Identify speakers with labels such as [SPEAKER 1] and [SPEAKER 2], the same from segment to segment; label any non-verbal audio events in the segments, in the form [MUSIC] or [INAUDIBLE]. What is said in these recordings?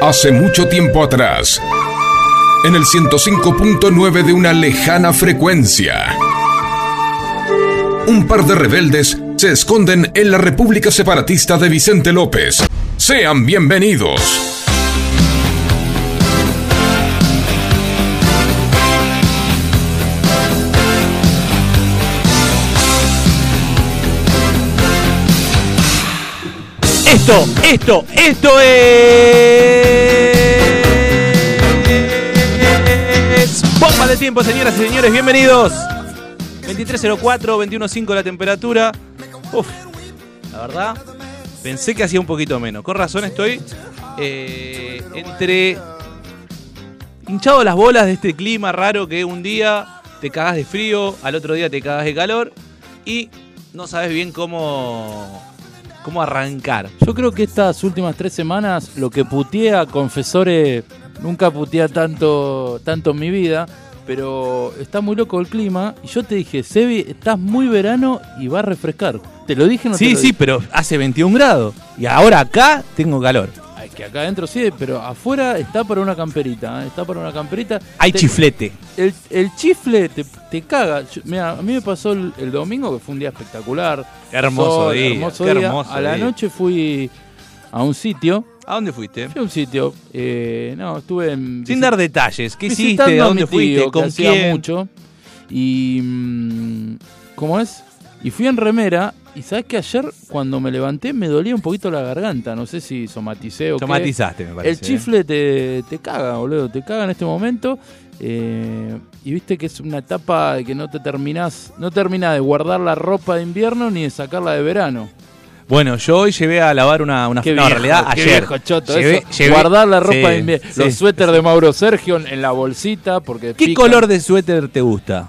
[SPEAKER 1] Hace mucho tiempo atrás, en el 105.9 de una lejana frecuencia, un par de rebeldes se esconden en la República Separatista de Vicente López. Sean bienvenidos.
[SPEAKER 2] Esto, esto, esto es. Bomba de tiempo, señoras y señores, bienvenidos. 23.04, 21.5 la temperatura. Uf, la verdad, pensé que hacía un poquito menos. Con razón estoy eh, entre. hinchado las bolas de este clima raro que un día te cagas de frío, al otro día te cagas de calor y no sabes bien cómo. cómo arrancar.
[SPEAKER 3] Yo creo que estas últimas tres semanas lo que putea confesores nunca putea tanto tanto en mi vida, pero está muy loco el clima y yo te dije, Sebi, estás muy verano y va a refrescar. Te lo dije, o no te
[SPEAKER 2] Sí,
[SPEAKER 3] lo
[SPEAKER 2] sí,
[SPEAKER 3] dije?
[SPEAKER 2] pero hace 21 grados. Y ahora acá tengo calor.
[SPEAKER 3] Ay, que acá adentro sí, pero afuera está para una camperita, ¿eh? está para una camperita.
[SPEAKER 2] Hay
[SPEAKER 3] Te-
[SPEAKER 2] chiflete.
[SPEAKER 3] el, el chifle te, te caga. Mira, a mí me pasó el, el domingo que fue un día espectacular.
[SPEAKER 2] Qué hermoso
[SPEAKER 3] Sol,
[SPEAKER 2] día,
[SPEAKER 3] hermoso
[SPEAKER 2] qué
[SPEAKER 3] día.
[SPEAKER 2] hermoso
[SPEAKER 3] a la
[SPEAKER 2] día.
[SPEAKER 3] noche fui a un sitio
[SPEAKER 2] ¿A dónde fuiste?
[SPEAKER 3] Fui a un sitio, eh, no, estuve en.
[SPEAKER 2] Sin
[SPEAKER 3] visi-
[SPEAKER 2] dar detalles. ¿Qué
[SPEAKER 3] visitando
[SPEAKER 2] hiciste? ¿A
[SPEAKER 3] a
[SPEAKER 2] dónde
[SPEAKER 3] mi tío,
[SPEAKER 2] fuiste?
[SPEAKER 3] que
[SPEAKER 2] ¿Con
[SPEAKER 3] hacía
[SPEAKER 2] quién?
[SPEAKER 3] mucho. Y. mm, ¿Cómo es? Y fui en remera. Y sabes que ayer, cuando me levanté, me dolía un poquito la garganta. No sé si somaticé o qué.
[SPEAKER 2] Tomatizaste, me parece. ¿eh?
[SPEAKER 3] El chifle te, te caga, boludo. Te caga en este momento. eh, y viste que es una etapa de que no te terminás. No terminás de guardar la ropa de invierno ni de sacarla de verano.
[SPEAKER 2] ¿eh? Bueno, yo hoy llevé a lavar una, una
[SPEAKER 3] Qué
[SPEAKER 2] no, en
[SPEAKER 3] viejo,
[SPEAKER 2] realidad
[SPEAKER 3] qué
[SPEAKER 2] ayer.
[SPEAKER 3] viejo choto
[SPEAKER 2] Llevé-
[SPEAKER 3] eso.
[SPEAKER 2] llevé-
[SPEAKER 3] Guardar la ropa
[SPEAKER 2] Sí,
[SPEAKER 3] de invierno.
[SPEAKER 2] sí.
[SPEAKER 3] Los suéter de Mauro Sergio en, en la bolsita porque
[SPEAKER 2] ¿Qué
[SPEAKER 3] pican.
[SPEAKER 2] color de suéter te gusta?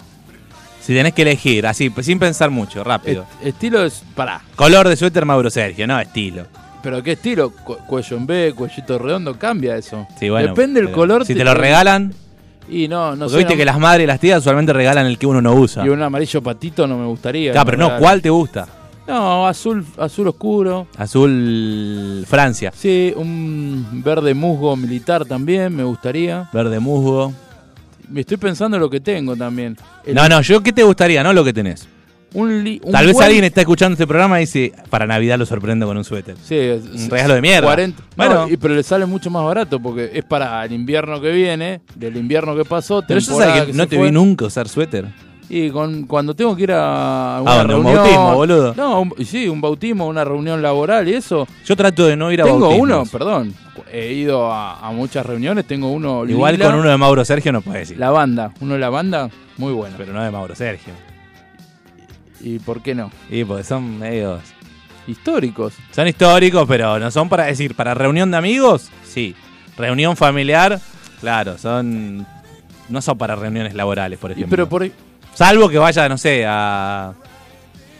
[SPEAKER 2] Si tenés que elegir, así, pues, sin pensar mucho, rápido.
[SPEAKER 3] Est- estilo es pará,
[SPEAKER 2] Color de suéter Mauro Sergio, no estilo.
[SPEAKER 3] pero qué estilo? Cu- cuello en B, cuellito redondo, cambia eso.
[SPEAKER 2] Sí, bueno,
[SPEAKER 3] Depende del
[SPEAKER 2] pero
[SPEAKER 3] color.
[SPEAKER 2] Si te lo regalan,
[SPEAKER 3] y no, no
[SPEAKER 2] porque
[SPEAKER 3] sé.
[SPEAKER 2] viste
[SPEAKER 3] no-
[SPEAKER 2] que las madres y las tías usualmente regalan el que uno no usa.
[SPEAKER 3] y un amarillo patito no me gustaría.
[SPEAKER 2] Ah, pero no,
[SPEAKER 3] ¿verdad?
[SPEAKER 2] ¿cuál te gusta?
[SPEAKER 3] No, azul, azul oscuro.
[SPEAKER 2] Azul Francia.
[SPEAKER 3] Sí, un verde musgo militar también me gustaría.
[SPEAKER 2] Verde musgo.
[SPEAKER 3] Me estoy pensando en lo que tengo también. El-
[SPEAKER 2] No, no, yo qué te gustaría, no lo que tenés.
[SPEAKER 3] un li- un
[SPEAKER 2] Tal vez
[SPEAKER 3] buen-
[SPEAKER 2] alguien está escuchando este programa y dice, para Navidad lo sorprendo con un suéter.
[SPEAKER 3] Sí, es-
[SPEAKER 2] regalo de mierda.
[SPEAKER 3] 40.
[SPEAKER 2] Bueno.
[SPEAKER 3] No, y- pero le sale mucho más barato porque es para el invierno que viene, del invierno que pasó.
[SPEAKER 2] Pero yo
[SPEAKER 3] temporada
[SPEAKER 2] sabes que
[SPEAKER 3] que
[SPEAKER 2] no
[SPEAKER 3] se
[SPEAKER 2] te
[SPEAKER 3] fue.
[SPEAKER 2] vi nunca usar suéter.
[SPEAKER 3] Y con, cuando tengo que ir a una
[SPEAKER 2] Ah, bueno, un
[SPEAKER 3] reunión-
[SPEAKER 2] bautismo, boludo.
[SPEAKER 3] No, un- sí, un bautismo, una reunión laboral y eso.
[SPEAKER 2] Yo trato de no ir a
[SPEAKER 3] tengo
[SPEAKER 2] bautismos.
[SPEAKER 3] uno, perdón. He ido a, a muchas reuniones, tengo uno.
[SPEAKER 2] Igual
[SPEAKER 3] lila,
[SPEAKER 2] con uno de Mauro Sergio no puedes decir.
[SPEAKER 3] La banda, uno de la banda, muy bueno.
[SPEAKER 2] Pero no de Mauro Sergio.
[SPEAKER 3] ¿Y por qué no?
[SPEAKER 2] Y porque son medios...
[SPEAKER 3] Históricos.
[SPEAKER 2] Son históricos, pero no son para es decir, para reunión de amigos, sí. Reunión familiar, claro, son... No son para reuniones laborales, por
[SPEAKER 3] Y,
[SPEAKER 2] ejemplo.
[SPEAKER 3] pero por,
[SPEAKER 2] Salvo que vaya, no sé, a...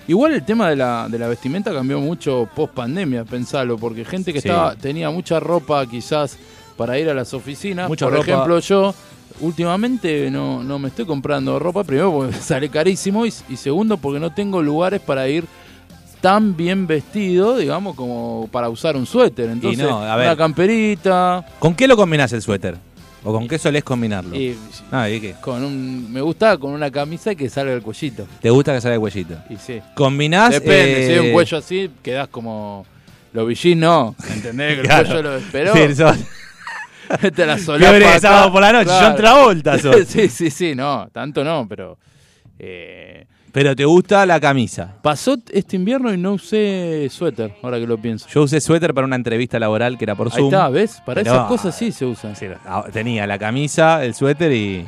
[SPEAKER 3] Igual el tema de la, de la vestimenta cambió mucho post pandemia, pensalo, porque gente que
[SPEAKER 2] Sí.
[SPEAKER 3] estaba tenía mucha ropa quizás para ir a las oficinas.
[SPEAKER 2] Mucha
[SPEAKER 3] Por
[SPEAKER 2] ropa.
[SPEAKER 3] ejemplo, yo últimamente no, no me estoy comprando ropa, primero porque [LAUGHS] sale carísimo y, y segundo porque no tengo lugares para ir tan bien vestido, digamos, como para usar un suéter. Entonces,
[SPEAKER 2] no, a ver.
[SPEAKER 3] una camperita
[SPEAKER 2] ¿Con qué lo combinás el suéter? ¿O con qué solés combinarlo?
[SPEAKER 3] y
[SPEAKER 2] Ah, ¿y qué?
[SPEAKER 3] con un me gusta con una camisa que salga el cuellito.
[SPEAKER 2] ¿Te gusta que salga el huellito?
[SPEAKER 3] Y sí.
[SPEAKER 2] Combinás.
[SPEAKER 3] Depende, si
[SPEAKER 2] eh,
[SPEAKER 3] hay un cuello así, quedás como. Lo villín, no. ¿Entendés? Que
[SPEAKER 2] [LAUGHS]
[SPEAKER 3] el
[SPEAKER 2] Claro.
[SPEAKER 3] cuello lo esperó.
[SPEAKER 2] sí, sos-
[SPEAKER 3] [LAUGHS] te la solapa
[SPEAKER 2] fiebre de
[SPEAKER 3] acá.
[SPEAKER 2] sábado por la noche,
[SPEAKER 3] Claro.
[SPEAKER 2] John
[SPEAKER 3] [LAUGHS]
[SPEAKER 2] Travolta sos.
[SPEAKER 3] sí, sí, sí, no. Tanto no, pero. eh,
[SPEAKER 2] Pero te gusta la camisa.
[SPEAKER 3] pasó este invierno y no usé suéter, ahora que lo pienso.
[SPEAKER 2] Yo usé suéter para una entrevista laboral que era por
[SPEAKER 3] Ahí
[SPEAKER 2] Zoom.
[SPEAKER 3] está, ¿ves? Para
[SPEAKER 2] Pero-
[SPEAKER 3] esas cosas sí se usan.
[SPEAKER 2] Sí, ah, Tenía la camisa, el suéter y,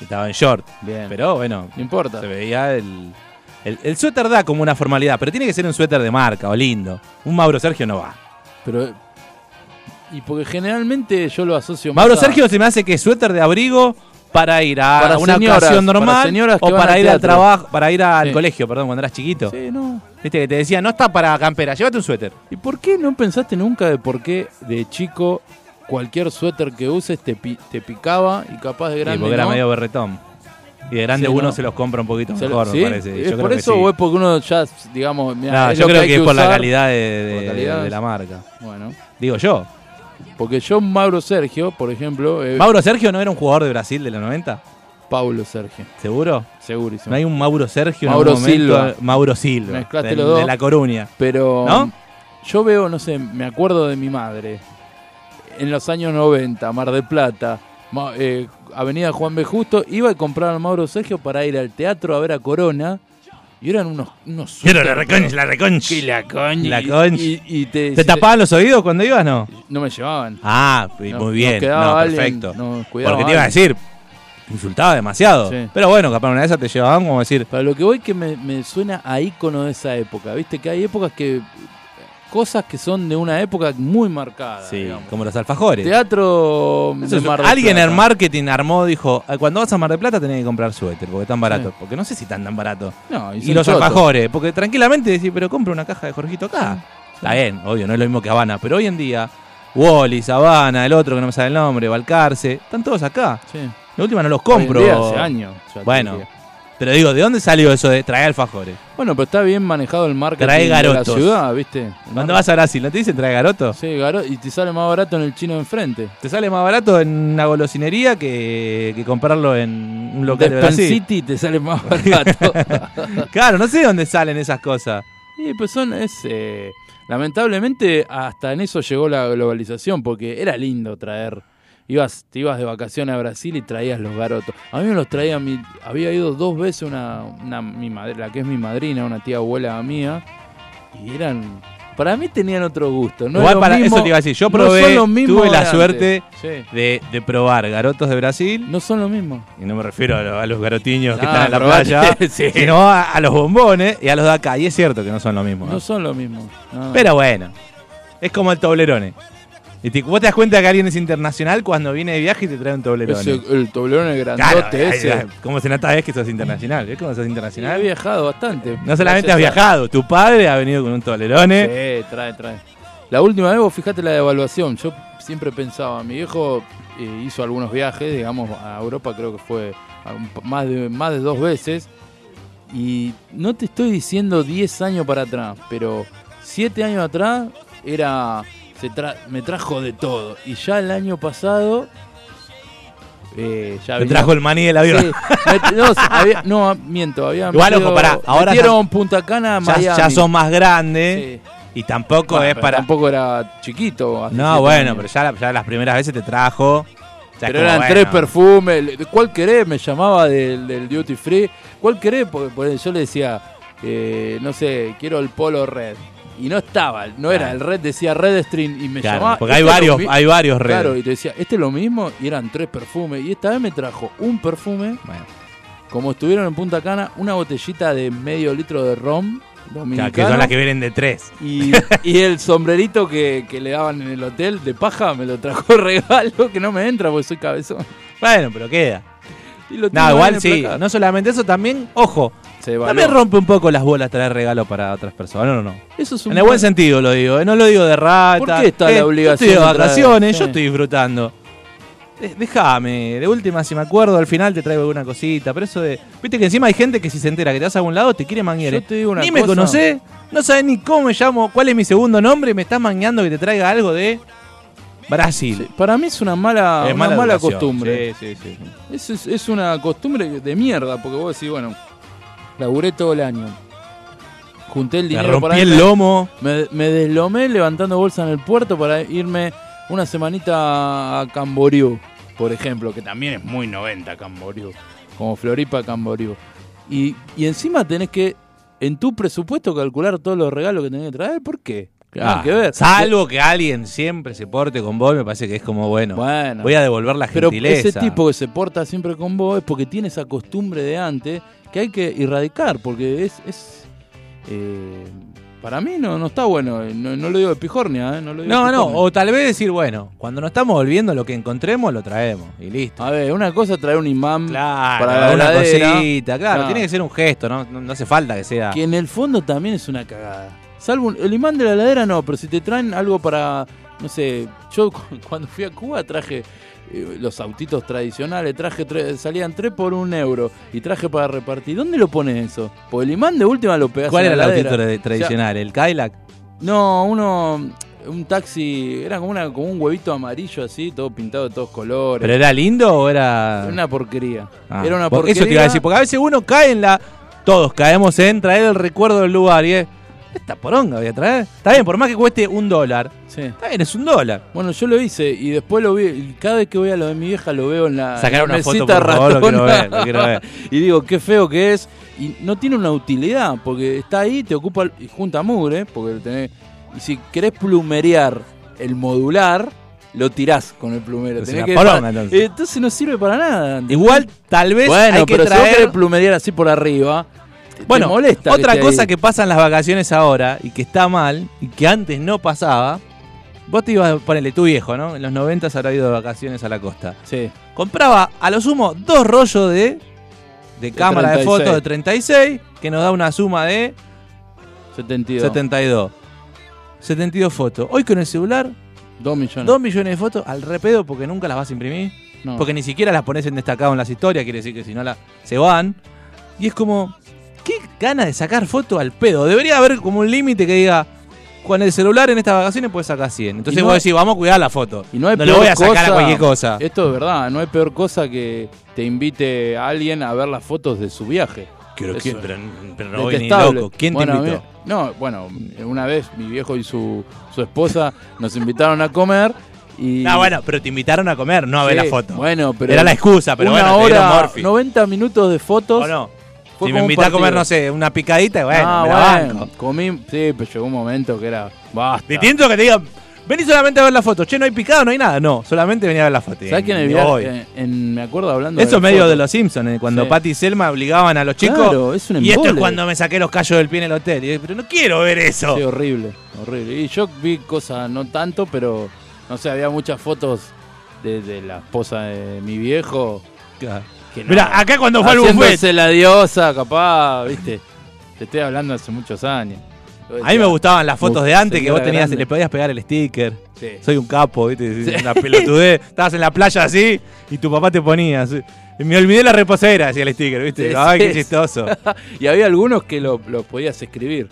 [SPEAKER 2] y estaba en short.
[SPEAKER 3] Bien.
[SPEAKER 2] Pero bueno,
[SPEAKER 3] no importa.
[SPEAKER 2] se veía el, el. el suéter da como una formalidad, pero tiene que ser un suéter de marca o lindo. Un Mauro Sergio no va.
[SPEAKER 3] Pero. Y porque generalmente yo lo asocio más
[SPEAKER 2] Mauro
[SPEAKER 3] a-
[SPEAKER 2] Sergio se me hace que es suéter de abrigo para ir a
[SPEAKER 3] Para
[SPEAKER 2] una
[SPEAKER 3] señoras,
[SPEAKER 2] ocasión
[SPEAKER 3] para
[SPEAKER 2] normal
[SPEAKER 3] señoras que
[SPEAKER 2] o
[SPEAKER 3] van
[SPEAKER 2] para
[SPEAKER 3] al
[SPEAKER 2] ir al
[SPEAKER 3] teatro.
[SPEAKER 2] trabajo, para ir al
[SPEAKER 3] Sí.
[SPEAKER 2] colegio, perdón, cuando eras chiquito.
[SPEAKER 3] Sí, no.
[SPEAKER 2] Viste que te decía, no está para campera, llévate un suéter.
[SPEAKER 3] ¿Y por qué no pensaste nunca de por qué de chico cualquier suéter que uses te, pi- te picaba y capaz de
[SPEAKER 2] Y
[SPEAKER 3] grande
[SPEAKER 2] porque era
[SPEAKER 3] no?
[SPEAKER 2] medio berretón. Y de grande
[SPEAKER 3] Sí,
[SPEAKER 2] uno
[SPEAKER 3] no.
[SPEAKER 2] se los compra un poquito
[SPEAKER 3] Se-
[SPEAKER 2] mejor,
[SPEAKER 3] ¿sí?
[SPEAKER 2] me parece. Yo
[SPEAKER 3] ¿Es
[SPEAKER 2] creo
[SPEAKER 3] por
[SPEAKER 2] que
[SPEAKER 3] eso
[SPEAKER 2] sí.
[SPEAKER 3] o es porque uno ya, digamos, mirá,
[SPEAKER 2] No,
[SPEAKER 3] es
[SPEAKER 2] yo
[SPEAKER 3] lo que
[SPEAKER 2] creo
[SPEAKER 3] hay
[SPEAKER 2] que es por la
[SPEAKER 3] usar?
[SPEAKER 2] calidad de, de-
[SPEAKER 3] Por la calidad.
[SPEAKER 2] de la marca.
[SPEAKER 3] Bueno,
[SPEAKER 2] Digo yo.
[SPEAKER 3] Porque yo, Mauro Sergio, por ejemplo, eh,
[SPEAKER 2] ¿Mauro Sergio no era un jugador de Brasil de los 90?
[SPEAKER 3] Paulo Sergio,
[SPEAKER 2] ¿Seguro?
[SPEAKER 3] segurísimo.
[SPEAKER 2] ¿No hay un Mauro Sergio
[SPEAKER 3] Mauro
[SPEAKER 2] en algún momento?
[SPEAKER 3] Silva.
[SPEAKER 2] Mauro Silva.
[SPEAKER 3] Mezclaste
[SPEAKER 2] del-
[SPEAKER 3] los dos.
[SPEAKER 2] De La Coruña.
[SPEAKER 3] Pero
[SPEAKER 2] ¿No?
[SPEAKER 3] yo veo, no sé, me acuerdo de mi madre. En los años 90, Mar del Plata, Ma- eh, Avenida Juan B. Justo, iba y compraba al Mauro Sergio para ir al teatro a ver a Corona. Y eran unos... unos súper-
[SPEAKER 2] la reconcha.
[SPEAKER 3] Que la concha.
[SPEAKER 2] La
[SPEAKER 3] Y-
[SPEAKER 2] concha.
[SPEAKER 3] Y, y te,
[SPEAKER 2] ¿Te tapaban los oídos cuando ibas, no?
[SPEAKER 3] No me llevaban.
[SPEAKER 2] Ah, y
[SPEAKER 3] No,
[SPEAKER 2] muy bien.
[SPEAKER 3] nos quedaba
[SPEAKER 2] No,
[SPEAKER 3] alguien,
[SPEAKER 2] perfecto.
[SPEAKER 3] nos cuidaba
[SPEAKER 2] Porque te iba a
[SPEAKER 3] alguien.
[SPEAKER 2] decir, insultaba demasiado.
[SPEAKER 3] Sí.
[SPEAKER 2] Pero bueno, capaz una de esas te llevaban como decir,
[SPEAKER 3] Para lo que voy que me, me suena a ícono de esa época. Viste que hay épocas que... Cosas que son de una época muy marcada.
[SPEAKER 2] sí,
[SPEAKER 3] Ah, digamos.
[SPEAKER 2] como los alfajores.
[SPEAKER 3] Teatro
[SPEAKER 2] Eso
[SPEAKER 3] de
[SPEAKER 2] es-
[SPEAKER 3] Mar del
[SPEAKER 2] alguien en
[SPEAKER 3] Plata.
[SPEAKER 2] marketing armó, dijo, "Ah, cuando vas a Mar del Plata tenés que comprar suéter, porque están baratos.
[SPEAKER 3] Sí.
[SPEAKER 2] Porque no sé si están tan baratos.
[SPEAKER 3] No,
[SPEAKER 2] Y,
[SPEAKER 3] son
[SPEAKER 2] los
[SPEAKER 3] chotos.
[SPEAKER 2] alfajores, porque tranquilamente decís, pero compra una caja de Jorgito acá. Está bien, obvio, no es lo mismo que Habana, pero hoy en día, Wally, Habana, el otro que no me sale el nombre, Balcarce, están todos acá.
[SPEAKER 3] Sí.
[SPEAKER 2] La última no los
[SPEAKER 3] Hoy en día,
[SPEAKER 2] compro.
[SPEAKER 3] hace años. ya te
[SPEAKER 2] Bueno.
[SPEAKER 3] diría.
[SPEAKER 2] Pero digo, ¿de dónde salió eso de traer alfajores?
[SPEAKER 3] Bueno, pero está bien manejado el marketing
[SPEAKER 2] Trae
[SPEAKER 3] de la
[SPEAKER 2] garotos.
[SPEAKER 3] ciudad, ¿viste?
[SPEAKER 2] Cuando vas a Brasil, ¿no te dicen trae garoto?
[SPEAKER 3] Sí, garo- y te sale más barato en el chino de enfrente.
[SPEAKER 2] Te sale más barato en una golosinería que, que comprarlo en un local de
[SPEAKER 3] Despen
[SPEAKER 2] Brasil.
[SPEAKER 3] City te sale más [LAUGHS] barato.
[SPEAKER 2] Claro, no sé de dónde salen esas cosas.
[SPEAKER 3] y pues son, es, eh, lamentablemente hasta en eso llegó la globalización, porque era lindo traer. Ibas, te ibas de vacaciones a Brasil y traías los garotos. A mí me los traía mi, había ido dos veces una, una- mi madre, la que es mi madrina, una tía abuela mía, y eran, para mí tenían otro gusto. No es
[SPEAKER 2] Igual
[SPEAKER 3] lo
[SPEAKER 2] para
[SPEAKER 3] mismo-
[SPEAKER 2] eso te iba a decir, yo
[SPEAKER 3] no son
[SPEAKER 2] probé,
[SPEAKER 3] lo mismo
[SPEAKER 2] tuve
[SPEAKER 3] de
[SPEAKER 2] la
[SPEAKER 3] antes.
[SPEAKER 2] suerte
[SPEAKER 3] Sí.
[SPEAKER 2] de, de probar garotos de Brasil.
[SPEAKER 3] No son lo mismo.
[SPEAKER 2] Y no me refiero a, lo- a los garotiños que
[SPEAKER 3] Ah,
[SPEAKER 2] están en la
[SPEAKER 3] probate,
[SPEAKER 2] [LAUGHS] playa,
[SPEAKER 3] sí.
[SPEAKER 2] sino a, a los bombones y a los de acá. Y es cierto que no son lo mismo. ¿eh? ¿no?
[SPEAKER 3] No son lo mismo. No, no.
[SPEAKER 2] Pero bueno, es como el toblerone. Y te- vos te das cuenta que alguien es internacional cuando viene de viaje y te trae un toblerone.
[SPEAKER 3] Ese- el toblerón el
[SPEAKER 2] Claro,
[SPEAKER 3] grandote
[SPEAKER 2] ahí-
[SPEAKER 3] ese.
[SPEAKER 2] ahí- ¿Cómo se nota es que sos internacional? ¿Ves cómo sos
[SPEAKER 3] Sí, he
[SPEAKER 2] internacional?
[SPEAKER 3] viajado bastante.
[SPEAKER 2] No solamente has
[SPEAKER 3] Gracias a-
[SPEAKER 2] viajado, tu padre ha venido con un tolerone.
[SPEAKER 3] Sí, trae, trae. La última vez, vos fijate la devaluación. Yo siempre pensaba, mi viejo eh, hizo algunos viajes, digamos, a Europa creo que fue a un pa- más de, más de dos veces. Y no te estoy diciendo 10 años para atrás, pero 7 años atrás era se tra- me trajo de todo. Y ya el año pasado... eh, ya
[SPEAKER 2] Te
[SPEAKER 3] venía-
[SPEAKER 2] trajo el maní del avión.
[SPEAKER 3] Sí, met- no, se- había- no, ah, miento, había
[SPEAKER 2] Igual, ojo, pará, ahora
[SPEAKER 3] metieron Punta Cana,
[SPEAKER 2] Ya,
[SPEAKER 3] Miami.
[SPEAKER 2] ya sos más grande
[SPEAKER 3] Sí.
[SPEAKER 2] y tampoco
[SPEAKER 3] Bueno,
[SPEAKER 2] es
[SPEAKER 3] pero
[SPEAKER 2] para.
[SPEAKER 3] Tampoco era chiquito. hace
[SPEAKER 2] No,
[SPEAKER 3] siete
[SPEAKER 2] bueno,
[SPEAKER 3] años.
[SPEAKER 2] pero ya, la- ya las primeras veces te trajo. ya es como,
[SPEAKER 3] Pero eran
[SPEAKER 2] bueno.
[SPEAKER 3] tres perfumes. le- de ¿Cuál querés? Me llamaba del, del Duty Free. ¿Cuál querés? Porque, porque yo le decía, eh, no sé, quiero el Polo Red. Y no estaba, no era.
[SPEAKER 2] Claro.
[SPEAKER 3] El Red decía Red String y me
[SPEAKER 2] Claro,
[SPEAKER 3] llamaba.
[SPEAKER 2] porque hay
[SPEAKER 3] "Este es
[SPEAKER 2] varios,
[SPEAKER 3] lo mi-".
[SPEAKER 2] hay varios redes.
[SPEAKER 3] Claro, y te decía, este es lo mismo. Y eran tres perfumes. Y esta vez me trajo un perfume.
[SPEAKER 2] Bueno,
[SPEAKER 3] Como estuvieron en Punta Cana, una botellita de medio litro de rom
[SPEAKER 2] claro,
[SPEAKER 3] dominicano.
[SPEAKER 2] que son las que vienen de tres.
[SPEAKER 3] y, y el sombrerito que, que le daban en el hotel de paja me lo trajo regalo que no me entra porque soy cabezón.
[SPEAKER 2] Bueno, pero queda.
[SPEAKER 3] Y lo tengo
[SPEAKER 2] No,
[SPEAKER 3] ahí
[SPEAKER 2] igual sí.
[SPEAKER 3] emplacado.
[SPEAKER 2] No solamente eso, también, ojo,
[SPEAKER 3] Se evaluó.
[SPEAKER 2] también rompe un poco las bolas traer regalo para otras personas. No, no, no.
[SPEAKER 3] Eso es un
[SPEAKER 2] En el buen sentido lo digo, eh, no lo digo de rata. Eh,
[SPEAKER 3] ¿Por qué está la
[SPEAKER 2] Yo
[SPEAKER 3] obligación de
[SPEAKER 2] estoy de
[SPEAKER 3] traer?
[SPEAKER 2] vacaciones,
[SPEAKER 3] Sí.
[SPEAKER 2] yo estoy disfrutando. De- Déjame, de última, si me acuerdo, al final te traigo alguna cosita. Pero eso de. Viste que encima hay gente que si se entera que te vas a algún lado te quiere manguear. ¿eh?
[SPEAKER 3] Yo te digo una
[SPEAKER 2] ni me
[SPEAKER 3] cosa.
[SPEAKER 2] conocés, no sabes ni cómo me llamo, cuál es mi segundo nombre y me estás mangueando que te traiga algo de Brasil.
[SPEAKER 3] Sí, Para mí es una mala,
[SPEAKER 2] Es
[SPEAKER 3] una mala,
[SPEAKER 2] educación.
[SPEAKER 3] costumbre.
[SPEAKER 2] Sí, sí, sí.
[SPEAKER 3] Es, es- es una costumbre de mierda porque vos decís, bueno, laburé todo el año. Junté el
[SPEAKER 2] Me
[SPEAKER 3] dinero para
[SPEAKER 2] rompí el
[SPEAKER 3] irme-
[SPEAKER 2] lomo.
[SPEAKER 3] Me, me deslomé levantando bolsa en el puerto para irme una semanita a Camboriú, por ejemplo, que también es muy 90 Camboriú, como Floripa Camboriú. Y, y encima tenés que, en tu presupuesto, calcular todos los regalos que tenés que traer. ¿Por qué? Nada
[SPEAKER 2] Ah,
[SPEAKER 3] que ver.
[SPEAKER 2] Salvo que alguien siempre se porte con vos, me parece que es como bueno.
[SPEAKER 3] Bueno.
[SPEAKER 2] voy a devolver la
[SPEAKER 3] Pero
[SPEAKER 2] gentileza.
[SPEAKER 3] ese tipo que se porta siempre con vos es porque tiene esa costumbre de antes que hay que erradicar, porque es... es eh, para mí no, no está bueno, eh, no, no lo digo de pijornia, eh, no lo digo de
[SPEAKER 2] No, no,
[SPEAKER 3] pijornia.
[SPEAKER 2] o tal vez decir, bueno, cuando nos estamos volviendo lo que encontremos lo traemos y listo.
[SPEAKER 3] A ver, una cosa es traer un imán
[SPEAKER 2] Claro,
[SPEAKER 3] para la
[SPEAKER 2] una
[SPEAKER 3] heladera,
[SPEAKER 2] cosita, claro,
[SPEAKER 3] No.
[SPEAKER 2] tiene que ser un gesto, no, no, no hace falta que sea.
[SPEAKER 3] que en el fondo también es una cagada. Salvo un- el imán de la heladera no, pero si te traen algo para, no sé, yo [LAUGHS] cu- cuando fui a Cuba traje eh, los autitos tradicionales, traje tre- salían tres por un euro y traje para repartir. ¿Dónde lo pones eso? Pues el imán de última lo pegas
[SPEAKER 2] ¿Cuál
[SPEAKER 3] en
[SPEAKER 2] era el
[SPEAKER 3] la heladera.
[SPEAKER 2] autito de- tradicional? ¿El Cadillac?
[SPEAKER 3] O sea, no, uno un taxi, era como, una, como un huevito amarillo así, todo pintado de todos colores.
[SPEAKER 2] ¿Pero era lindo o era.?
[SPEAKER 3] Era una porquería.
[SPEAKER 2] Ah,
[SPEAKER 3] era una
[SPEAKER 2] por-
[SPEAKER 3] porquería.
[SPEAKER 2] Eso te iba a decir, porque a veces uno cae en la. Todos caemos en traer el recuerdo del lugar y es. Esta poronga voy a traer. Está bien, por más que cueste un dólar.
[SPEAKER 3] Sí.
[SPEAKER 2] Está bien, es un dólar.
[SPEAKER 3] Bueno, yo lo hice y después lo vi. y cada vez que voy a lo de mi vieja lo veo en la.
[SPEAKER 2] Sacar
[SPEAKER 3] en la
[SPEAKER 2] una foto,
[SPEAKER 3] mesita
[SPEAKER 2] por favor, lo quiero
[SPEAKER 3] ratona.
[SPEAKER 2] ver, lo quiero ver.
[SPEAKER 3] [LAUGHS] y digo, qué feo que es. Y no tiene una utilidad, porque está ahí, te ocupa el- y junta mugre, porque lo tenés. Y si querés plumerear el modular, lo tirás con el plumero.
[SPEAKER 2] Es
[SPEAKER 3] Tenés
[SPEAKER 2] una
[SPEAKER 3] que
[SPEAKER 2] poronga, entonces.
[SPEAKER 3] Eh, entonces no sirve para nada.
[SPEAKER 2] Igual, tal vez
[SPEAKER 3] bueno,
[SPEAKER 2] hay que
[SPEAKER 3] pero si vos
[SPEAKER 2] traer.
[SPEAKER 3] querés plumerear así por arriba, te- te
[SPEAKER 2] bueno,
[SPEAKER 3] molesta.
[SPEAKER 2] otra
[SPEAKER 3] esté
[SPEAKER 2] cosa
[SPEAKER 3] ahí.
[SPEAKER 2] que pasa en las vacaciones ahora y que está mal y que antes no pasaba. Vos te ibas, ponele tu viejo, ¿no? En los 90 habrá ido de vacaciones a la costa.
[SPEAKER 3] Sí,
[SPEAKER 2] Compraba a lo sumo dos rollos de, de cámara de
[SPEAKER 3] 36.
[SPEAKER 2] fotos de 36, que nos da una suma de
[SPEAKER 3] 72.
[SPEAKER 2] 72. 72 fotos. Hoy con el celular,
[SPEAKER 3] Dos millones.
[SPEAKER 2] 2 millones de fotos al repedo porque nunca las vas a imprimir.
[SPEAKER 3] No.
[SPEAKER 2] Porque ni siquiera las pones en destacado en las historias, quiere decir que si no la, se van. Y es como, qué gana de sacar fotos al pedo. Debería haber como un límite que diga, con el celular en estas vacaciones puedes sacar 100. Entonces
[SPEAKER 3] Y no
[SPEAKER 2] vos
[SPEAKER 3] hay-
[SPEAKER 2] decís, vamos a cuidar la foto.
[SPEAKER 3] Y no hay
[SPEAKER 2] le
[SPEAKER 3] peor
[SPEAKER 2] voy a sacar
[SPEAKER 3] cosa-
[SPEAKER 2] a cualquier cosa.
[SPEAKER 3] Esto es verdad, no hay peor cosa que te invite a alguien a ver las fotos de su viaje.
[SPEAKER 2] Quiero-
[SPEAKER 3] Eso
[SPEAKER 2] quiero-
[SPEAKER 3] es
[SPEAKER 2] pero, pero no voy ni
[SPEAKER 3] detestable.
[SPEAKER 2] loco. ¿Quién
[SPEAKER 3] Bueno,
[SPEAKER 2] te
[SPEAKER 3] a mí-
[SPEAKER 2] invitó?
[SPEAKER 3] no, bueno, una vez mi viejo y su, su esposa nos invitaron a comer
[SPEAKER 2] [LAUGHS]
[SPEAKER 3] y...
[SPEAKER 2] Ah, bueno, pero te invitaron a comer, no a ver
[SPEAKER 3] Sí,
[SPEAKER 2] la foto.
[SPEAKER 3] Bueno, pero
[SPEAKER 2] Era la excusa, pero
[SPEAKER 3] una
[SPEAKER 2] bueno, te dieron
[SPEAKER 3] hora,
[SPEAKER 2] Morphy.
[SPEAKER 3] 90 minutos de fotos.
[SPEAKER 2] ¿O no?
[SPEAKER 3] Fue
[SPEAKER 2] Si
[SPEAKER 3] como
[SPEAKER 2] me
[SPEAKER 3] un
[SPEAKER 2] invitás a comer,
[SPEAKER 3] partido.
[SPEAKER 2] no sé, una picadita, bueno,
[SPEAKER 3] Ah,
[SPEAKER 2] me la
[SPEAKER 3] bueno,
[SPEAKER 2] banco.
[SPEAKER 3] comí, sí, pero llegó un momento que era basta.
[SPEAKER 2] Distinto que te digan, vení solamente a ver la foto. Che, no hay picado, no hay nada. No, solamente vení a ver la foto.
[SPEAKER 3] ¿Sabes
[SPEAKER 2] Y
[SPEAKER 3] que en el
[SPEAKER 2] me voy.
[SPEAKER 3] viaje, en- en- me acuerdo hablando
[SPEAKER 2] Eso es
[SPEAKER 3] las
[SPEAKER 2] medio
[SPEAKER 3] fotos.
[SPEAKER 2] de los Simpsons, eh, cuando
[SPEAKER 3] Sí.
[SPEAKER 2] Patty y Selma obligaban a los chicos.
[SPEAKER 3] Claro, es un
[SPEAKER 2] y esto es
[SPEAKER 3] embole.
[SPEAKER 2] cuando me saqué los callos del pie en el hotel. Y, pero no quiero ver eso. [LAUGHS]
[SPEAKER 3] Sí, horrible, horrible. Y yo vi cosas, no tanto, pero no sé, había muchas fotos de, de la esposa de mi viejo. Que no,
[SPEAKER 2] Mira, acá cuando ah, fue al buffet.
[SPEAKER 3] haciéndose la diosa, capaz, viste. Te estoy hablando hace muchos años.
[SPEAKER 2] A mí me gustaban las fotos de antes que
[SPEAKER 3] Señora
[SPEAKER 2] vos tenías,
[SPEAKER 3] grande.
[SPEAKER 2] le podías pegar el sticker.
[SPEAKER 3] Sí.
[SPEAKER 2] Soy un capo, ¿viste? Una
[SPEAKER 3] [LAUGHS]
[SPEAKER 2] pelotudez. Estabas en la playa así y tu papá te ponía. así. Y Me olvidé la reposera, decía el sticker, ¿viste?
[SPEAKER 3] Sí,
[SPEAKER 2] Ay,
[SPEAKER 3] sí,
[SPEAKER 2] qué
[SPEAKER 3] sí. [LAUGHS]
[SPEAKER 2] chistoso.
[SPEAKER 3] [LAUGHS] Y había algunos que lo, lo
[SPEAKER 2] [LAUGHS]
[SPEAKER 3] podías escribir.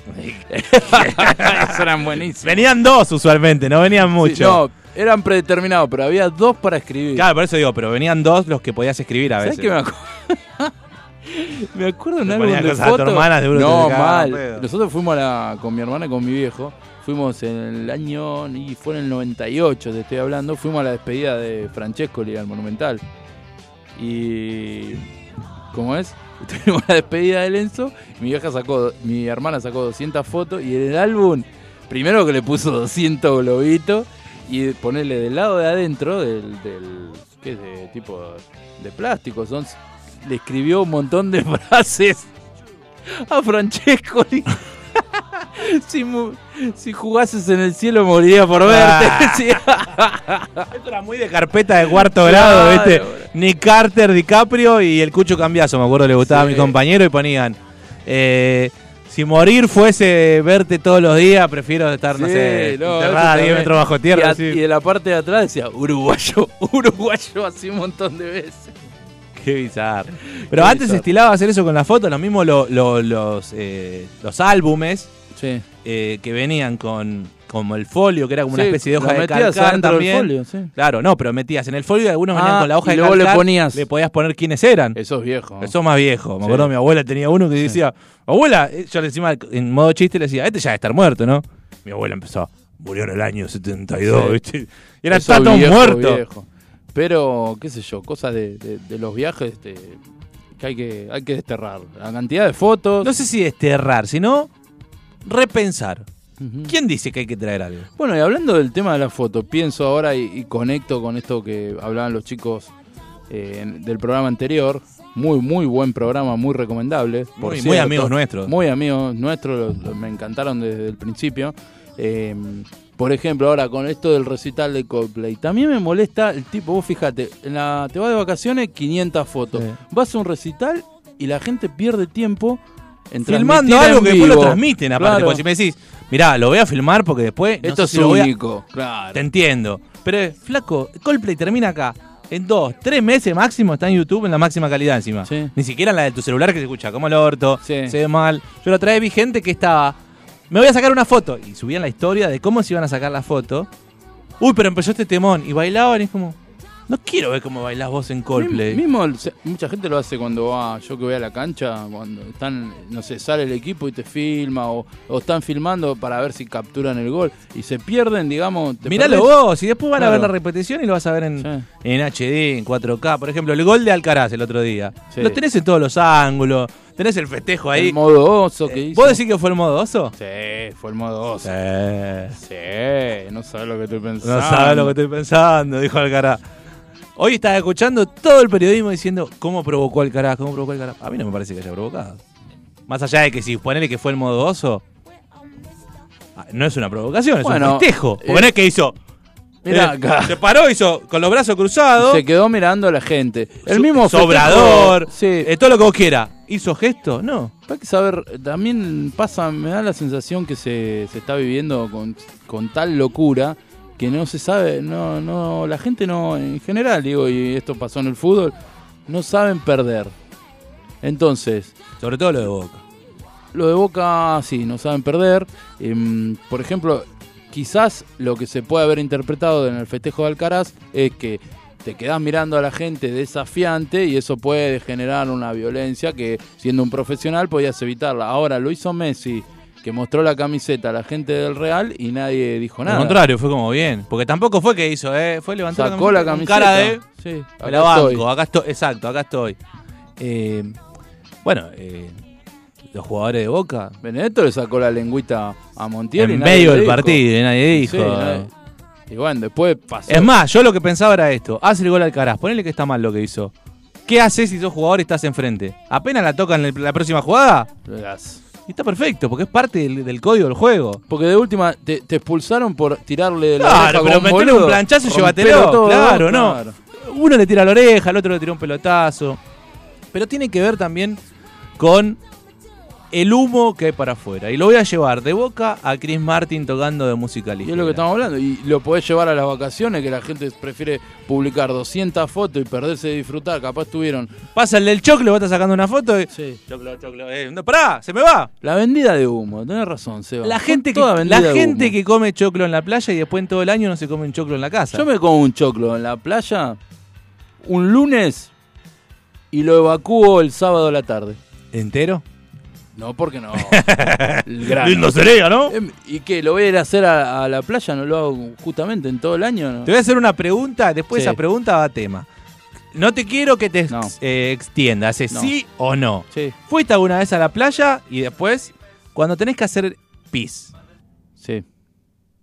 [SPEAKER 3] Esos eran buenísimos.
[SPEAKER 2] Venían dos usualmente, no venían
[SPEAKER 3] Sí,
[SPEAKER 2] muchos.
[SPEAKER 3] no, eran predeterminados, pero había dos para escribir.
[SPEAKER 2] Claro, por eso digo, pero venían dos los que podías escribir a
[SPEAKER 3] ¿Sabes
[SPEAKER 2] veces.
[SPEAKER 3] qué me acuerdo? [LAUGHS] me acuerdo en
[SPEAKER 2] Te
[SPEAKER 3] algo
[SPEAKER 2] ponía
[SPEAKER 3] de
[SPEAKER 2] cosas a tu
[SPEAKER 3] fotos.
[SPEAKER 2] hermana, seguro te
[SPEAKER 3] No,
[SPEAKER 2] cagaban
[SPEAKER 3] mal.
[SPEAKER 2] a pedo.
[SPEAKER 3] Nosotros fuimos a la, con mi hermana y con mi viejo. Fuimos en el año. Y fue en el 98, te estoy hablando. Fuimos a la despedida de Francescoli al Monumental. Y. ¿Cómo es? [LAUGHS] Tuvimos la despedida de Lenzo. Mi vieja sacó. Mi hermana sacó 200 fotos. Y en el álbum. Primero que le puso 200 globitos y ponerle del lado de adentro, del, del ¿qué es de tipo de plástico, son, le escribió un montón de [LAUGHS] frases a Francesco. [LAUGHS] si, mu- si jugases en el cielo moriría por verte.
[SPEAKER 2] Ah,
[SPEAKER 3] decía.
[SPEAKER 2] Esto era muy de carpeta de cuarto grado,
[SPEAKER 3] Claro,
[SPEAKER 2] ¿viste?
[SPEAKER 3] boludo.
[SPEAKER 2] Nick Carter, DiCaprio y el Cucho Cambiazo, me acuerdo, le gustaba a mi
[SPEAKER 3] Sí.
[SPEAKER 2] compañero y ponían. eh, si morir fuese verte todos los días, prefiero estar, no
[SPEAKER 3] Sí,
[SPEAKER 2] sé,
[SPEAKER 3] no, eso
[SPEAKER 2] enterrada a 10
[SPEAKER 3] también.
[SPEAKER 2] metros bajo
[SPEAKER 3] y,
[SPEAKER 2] [LAUGHS] tierra.
[SPEAKER 3] a-
[SPEAKER 2] así.
[SPEAKER 3] y de la parte de atrás decía uruguayo, [LAUGHS] uruguayo, así un montón de veces.
[SPEAKER 2] Qué bizarro. Pero
[SPEAKER 3] Qué
[SPEAKER 2] antes se
[SPEAKER 3] bizarro.
[SPEAKER 2] estilaba hacer eso con las fotos, lo mismo lo- lo- los, eh, los álbumes
[SPEAKER 3] Sí.
[SPEAKER 2] eh, que venían con como el folio, que era como una
[SPEAKER 3] Sí,
[SPEAKER 2] especie de hoja
[SPEAKER 3] lo
[SPEAKER 2] de
[SPEAKER 3] metías
[SPEAKER 2] calcar
[SPEAKER 3] adentro del
[SPEAKER 2] también.
[SPEAKER 3] folio, sí.
[SPEAKER 2] Claro, no, pero metías en el folio y algunos venían
[SPEAKER 3] Ah,
[SPEAKER 2] con la hoja
[SPEAKER 3] y
[SPEAKER 2] de
[SPEAKER 3] luego le
[SPEAKER 2] calcar,
[SPEAKER 3] ponías-
[SPEAKER 2] Le podías poner quiénes eran.
[SPEAKER 3] Eso es viejo.
[SPEAKER 2] Eso es más viejo. Me
[SPEAKER 3] Sí.
[SPEAKER 2] acuerdo, mi abuela tenía uno que decía, abuela, eh, yo le encima en modo chiste le decía, este ya debe estar muerto, ¿no? Mi abuela empezó, murió en el año 72,
[SPEAKER 3] Sí.
[SPEAKER 2] ¿viste? Y era,
[SPEAKER 3] Eso
[SPEAKER 2] está todo
[SPEAKER 3] viejo,
[SPEAKER 2] muerto.
[SPEAKER 3] viejo. Pero, qué sé yo, cosas de, de- de los viajes este, que, hay que hay que desterrar. La cantidad de fotos.
[SPEAKER 2] No sé si desterrar, sino repensar.
[SPEAKER 3] Ujú.
[SPEAKER 2] ¿Quién dice que hay que traer algo?
[SPEAKER 3] Bueno, y hablando del tema de las fotos, pienso ahora y, y conecto con esto que hablaban los chicos eh, en- del programa anterior. Muy, muy buen programa, muy recomendable. por
[SPEAKER 2] Muy- muy
[SPEAKER 3] cierto.
[SPEAKER 2] amigos nuestros.
[SPEAKER 3] Muy amigos nuestros, los- los- me encantaron desde el principio. Eh, por ejemplo, ahora con esto del recital de Coldplay, también me molesta el tipo, vos fíjate, en la, te vas de vacaciones, 500 fotos.
[SPEAKER 2] Sí.
[SPEAKER 3] Vas a un recital y la gente pierde tiempo en
[SPEAKER 2] Filmando
[SPEAKER 3] transmitir
[SPEAKER 2] algo
[SPEAKER 3] en
[SPEAKER 2] que después lo
[SPEAKER 3] vivo.
[SPEAKER 2] transmiten, aparte.
[SPEAKER 3] Claro.
[SPEAKER 2] Porque si me decís, mirá, lo voy a filmar porque después. no
[SPEAKER 3] Esto
[SPEAKER 2] sé
[SPEAKER 3] es
[SPEAKER 2] si lo voy a-
[SPEAKER 3] único, claro.
[SPEAKER 2] Te entiendo. Pero, eh, flaco, Coldplay termina acá. En dos, tres meses máximo está en YouTube en la máxima calidad encima.
[SPEAKER 3] Sí.
[SPEAKER 2] Ni siquiera en la de tu celular que se escucha como el orto,
[SPEAKER 3] Sí.
[SPEAKER 2] se ve mal. Yo la otra vez vi gente que estaba me voy a sacar una foto. Y subían la historia de cómo se iban a sacar la foto. Uy, pero empezó este temón. Y bailaban y es como, no quiero ver cómo bailás vos en Coldplay.
[SPEAKER 3] Mismo, el- se- mucha gente lo hace cuando va, yo que voy a la cancha, cuando están, no sé, sale el equipo y te filma o, o están filmando para ver si capturan el gol y se pierden, digamos. te
[SPEAKER 2] Míralo
[SPEAKER 3] perdés.
[SPEAKER 2] vos, y después van a ver la
[SPEAKER 3] Claro.
[SPEAKER 2] repetición y lo vas a ver en,
[SPEAKER 3] Sí.
[SPEAKER 2] en HD, en 4K. Por ejemplo, el gol de Alcaraz el otro día.
[SPEAKER 3] Sí.
[SPEAKER 2] Lo tenés en todos los ángulos, tenés el festejo ahí.
[SPEAKER 3] El modo oso que
[SPEAKER 2] Eh,
[SPEAKER 3] hizo.
[SPEAKER 2] ¿Vos decís que fue el modo oso?
[SPEAKER 3] Sí, fue el modo oso.
[SPEAKER 2] Eh,
[SPEAKER 3] Sí, no sabes lo que estoy pensando.
[SPEAKER 2] No sabes lo que estoy pensando, dijo Alcaraz. Hoy estás escuchando todo el periodismo diciendo cómo provocó Alcaraz, cómo provocó Alcaraz. A mí no me parece que haya provocado. Más allá de que si ponele que fue el modo oso, ah, no es una provocación, es
[SPEAKER 3] Bueno,
[SPEAKER 2] un festejo. Porque
[SPEAKER 3] eh,
[SPEAKER 2] no es que hizo
[SPEAKER 3] Mirá
[SPEAKER 2] Eh,
[SPEAKER 3] acá.
[SPEAKER 2] Se paró, hizo con los brazos cruzados.
[SPEAKER 3] Se quedó mirando a la gente. El
[SPEAKER 2] so-
[SPEAKER 3] mismo festejo-
[SPEAKER 2] Sobrador.
[SPEAKER 3] Sí.
[SPEAKER 2] eh, todo lo que vos quieras. ¿Hizo gesto? No.
[SPEAKER 3] Hay que saber, también pasa, me da la sensación que se, se está viviendo con, con tal locura que no se sabe, no, no, la gente no, en general, digo, y esto pasó en el fútbol, no saben perder. Entonces,
[SPEAKER 2] Sobre todo lo de Boca.
[SPEAKER 3] lo de Boca, sí, no saben perder. Em, por ejemplo, quizás lo que se puede haber interpretado en el festejo de Alcaraz es que te quedás mirando a la gente desafiante y eso puede generar una violencia que siendo un profesional podías evitarla. Ahora lo hizo Messi, que mostró la camiseta a la gente del Real y nadie dijo
[SPEAKER 2] Al
[SPEAKER 3] nada.
[SPEAKER 2] contrario, fue como bien. Porque tampoco fue que hizo, ¿eh? Fue levantar
[SPEAKER 3] Sacó la
[SPEAKER 2] con
[SPEAKER 3] camiseta.
[SPEAKER 2] Cara de.
[SPEAKER 3] Sí,
[SPEAKER 2] Me la
[SPEAKER 3] acá
[SPEAKER 2] banco, ah.
[SPEAKER 3] estoy.
[SPEAKER 2] acá estoy. Exacto, acá estoy. Eh, bueno, eh, los jugadores de Boca.
[SPEAKER 3] Benedetto le sacó la lengüita a Montiel y
[SPEAKER 2] en
[SPEAKER 3] nadie
[SPEAKER 2] medio
[SPEAKER 3] le
[SPEAKER 2] del
[SPEAKER 3] dijo.
[SPEAKER 2] partido, y nadie
[SPEAKER 3] Sí,
[SPEAKER 2] dijo.
[SPEAKER 3] nadie- Y bueno, después pasó.
[SPEAKER 2] Es más, yo lo que pensaba era esto. Hace el gol al Alcaraz. Ponele que está mal lo que hizo. ¿Qué haces si sos jugador y estás enfrente? ¿Apenas la tocan en el- la próxima jugada?
[SPEAKER 3] Las-
[SPEAKER 2] Y está perfecto, porque es parte del, del código del juego.
[SPEAKER 3] Porque de última te, te expulsaron por tirarle la
[SPEAKER 2] Claro,
[SPEAKER 3] oreja
[SPEAKER 2] pero
[SPEAKER 3] con
[SPEAKER 2] metele
[SPEAKER 3] boludo.
[SPEAKER 2] un planchazo y
[SPEAKER 3] Rompelo
[SPEAKER 2] llévatelo.
[SPEAKER 3] todo,
[SPEAKER 2] claro,
[SPEAKER 3] claro.
[SPEAKER 2] no. Uno le tira la oreja, el otro le tira un pelotazo. Pero tiene que ver también con el humo que hay para afuera. Y lo voy a llevar de boca a Chris Martin tocando de música
[SPEAKER 3] Y
[SPEAKER 2] ligera.
[SPEAKER 3] es lo que estamos hablando. Y lo podés llevar a las vacaciones, que la gente prefiere publicar 200 fotos y perderse de disfrutar. Capaz tuvieron.
[SPEAKER 2] Pasa el del choclo, vos estás sacando una foto y... Choclo, choclo, eh, no, pará, se me va.
[SPEAKER 3] La vendida de humo, tenés razón, Seba.
[SPEAKER 2] La
[SPEAKER 3] Fue
[SPEAKER 2] gente, que,
[SPEAKER 3] toda vendida
[SPEAKER 2] la
[SPEAKER 3] de
[SPEAKER 2] gente
[SPEAKER 3] humo.
[SPEAKER 2] que come choclo en la playa y después en todo el año no se come un choclo en la casa.
[SPEAKER 3] Yo me como un choclo en la playa un lunes y lo evacuo el sábado a la tarde.
[SPEAKER 2] ¿Entero?
[SPEAKER 3] No,
[SPEAKER 2] [LAUGHS]
[SPEAKER 3] porque no. El grano.
[SPEAKER 2] sería, ¿no?
[SPEAKER 3] Em, ¿Y qué? ¿Lo voy a ir a hacer a, a la playa? ¿No lo hago justamente en todo el año? ¿no?
[SPEAKER 2] Te voy a hacer una pregunta, después
[SPEAKER 3] Sí.
[SPEAKER 2] esa pregunta va a tema. No te quiero que te ex-
[SPEAKER 3] No.
[SPEAKER 2] eh, extiendas, ¿es
[SPEAKER 3] No.
[SPEAKER 2] sí o no?
[SPEAKER 3] Sí,
[SPEAKER 2] ¿Fuiste alguna vez a la playa y después, cuando tenés que hacer pis,
[SPEAKER 3] sí.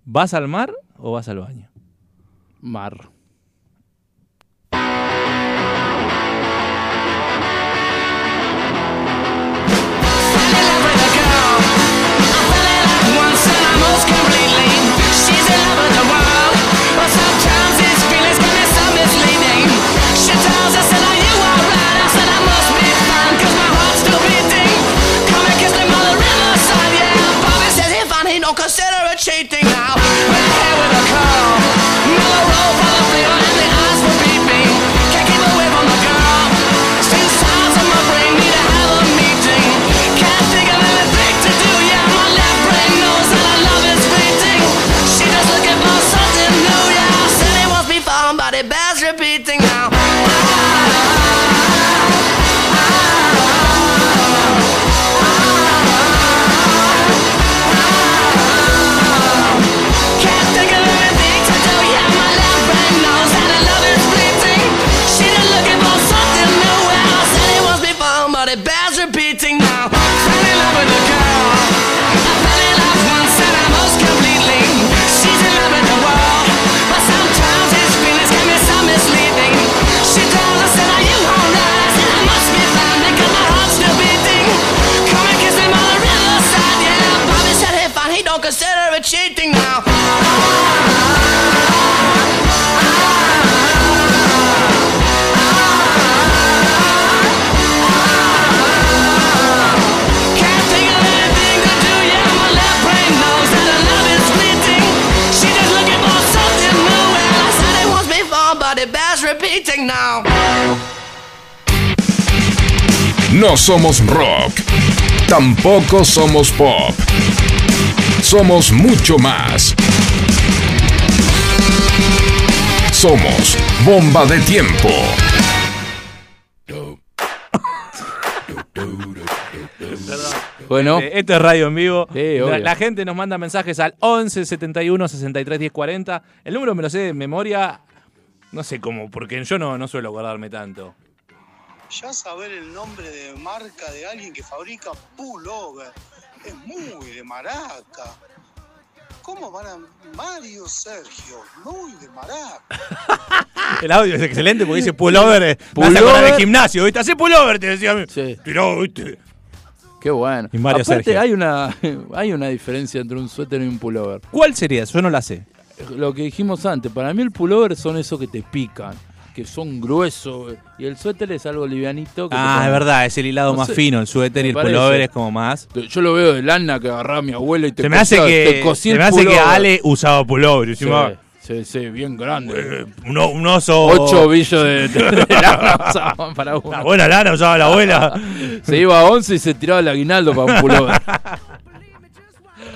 [SPEAKER 2] ¿vas al mar o vas al baño?
[SPEAKER 3] Mar.
[SPEAKER 4] Consider it cheating now. My hair with a curl, mellow roll full of flavor, and the eyes will beat me. Can't keep away from the girl. Still sounds in my brain need a hell of a meeting. Can't think of anything to do. Yeah, my left brain knows that I love is fleeting. She just looking for something new. Yeah, I said it was me fun, but it bears repeating now. Can't think of anything to do. Yeah, my left brain knows that I love is fleeting. She just looking for something new. Well, I said it was me fun, but it bears repeating now. Fell in love with a girl. I fell in love once and I most completely. She's in love with the world, but sometimes these feelings can be so misleading. She tells us that are you alright? I said I must be fine because my heart's still beating. Come and kiss me on the riverside. Yeah, Bobby said if I he don't consider it cheating now. Can't think of anything to do. Yeah, my left brain knows that her love is fleeting. She just looking for something new. And I said it once before, but it bears repeating now.
[SPEAKER 1] No somos rock. Tampoco somos pop. Somos mucho más. Somos bomba de tiempo.
[SPEAKER 3] Bueno,
[SPEAKER 2] Eh, Esto es radio en vivo.
[SPEAKER 3] Sí,
[SPEAKER 2] la,
[SPEAKER 3] obvio.
[SPEAKER 2] la gente nos manda mensajes al 11 71 63 10 40. El número me lo sé de memoria. No sé cómo, porque yo no, no suelo guardarme tanto.
[SPEAKER 5] Ya saber el nombre de marca de alguien que fabrica pullover es muy de maraca. ¿Cómo van a Mario Sergio? Muy de maraca.
[SPEAKER 2] El audio es excelente porque dice pullover. eh, me hace
[SPEAKER 3] Pullover.
[SPEAKER 2] acordar el gimnasio, ¿viste? Hace pullover, te decía. a mí.
[SPEAKER 3] Sí.
[SPEAKER 2] Tiró, ¿viste?
[SPEAKER 3] qué bueno.
[SPEAKER 2] Y Mario
[SPEAKER 3] Aparte
[SPEAKER 2] Sergio.
[SPEAKER 3] hay una [LAUGHS] hay una diferencia entre un suéter y un pullover.
[SPEAKER 2] ¿Cuál sería? Yo no la sé.
[SPEAKER 3] Lo que dijimos antes, para mí el pullover son esos que te pican, que son gruesos y el suéter es algo livianito. que te
[SPEAKER 2] Ah,
[SPEAKER 3] pone-
[SPEAKER 2] es verdad, es el hilado
[SPEAKER 3] No
[SPEAKER 2] más
[SPEAKER 3] sé.
[SPEAKER 2] fino, el suéter y
[SPEAKER 3] Me
[SPEAKER 2] el
[SPEAKER 3] parece.
[SPEAKER 2] pullover es como más.
[SPEAKER 3] Yo lo veo de lana que agarraba a mi abuela y te
[SPEAKER 2] Se me hace
[SPEAKER 3] cosía-
[SPEAKER 2] que,
[SPEAKER 3] te
[SPEAKER 2] se
[SPEAKER 3] cosía el
[SPEAKER 2] me hace que
[SPEAKER 3] pullover.
[SPEAKER 2] Ale usaba pullover. y
[SPEAKER 3] Sí,
[SPEAKER 2] encima,
[SPEAKER 3] sí, sí, bien grande.
[SPEAKER 2] eh, oh. un, o- un oso.
[SPEAKER 3] Ocho billos de, de lana usaban [LAUGHS] para uno.
[SPEAKER 2] La buena lana usaba la
[SPEAKER 3] [LAUGHS]
[SPEAKER 2] abuela.
[SPEAKER 3] Se iba a 11 y se tiraba el aguinaldo para
[SPEAKER 2] [LAUGHS]
[SPEAKER 3] un pullover.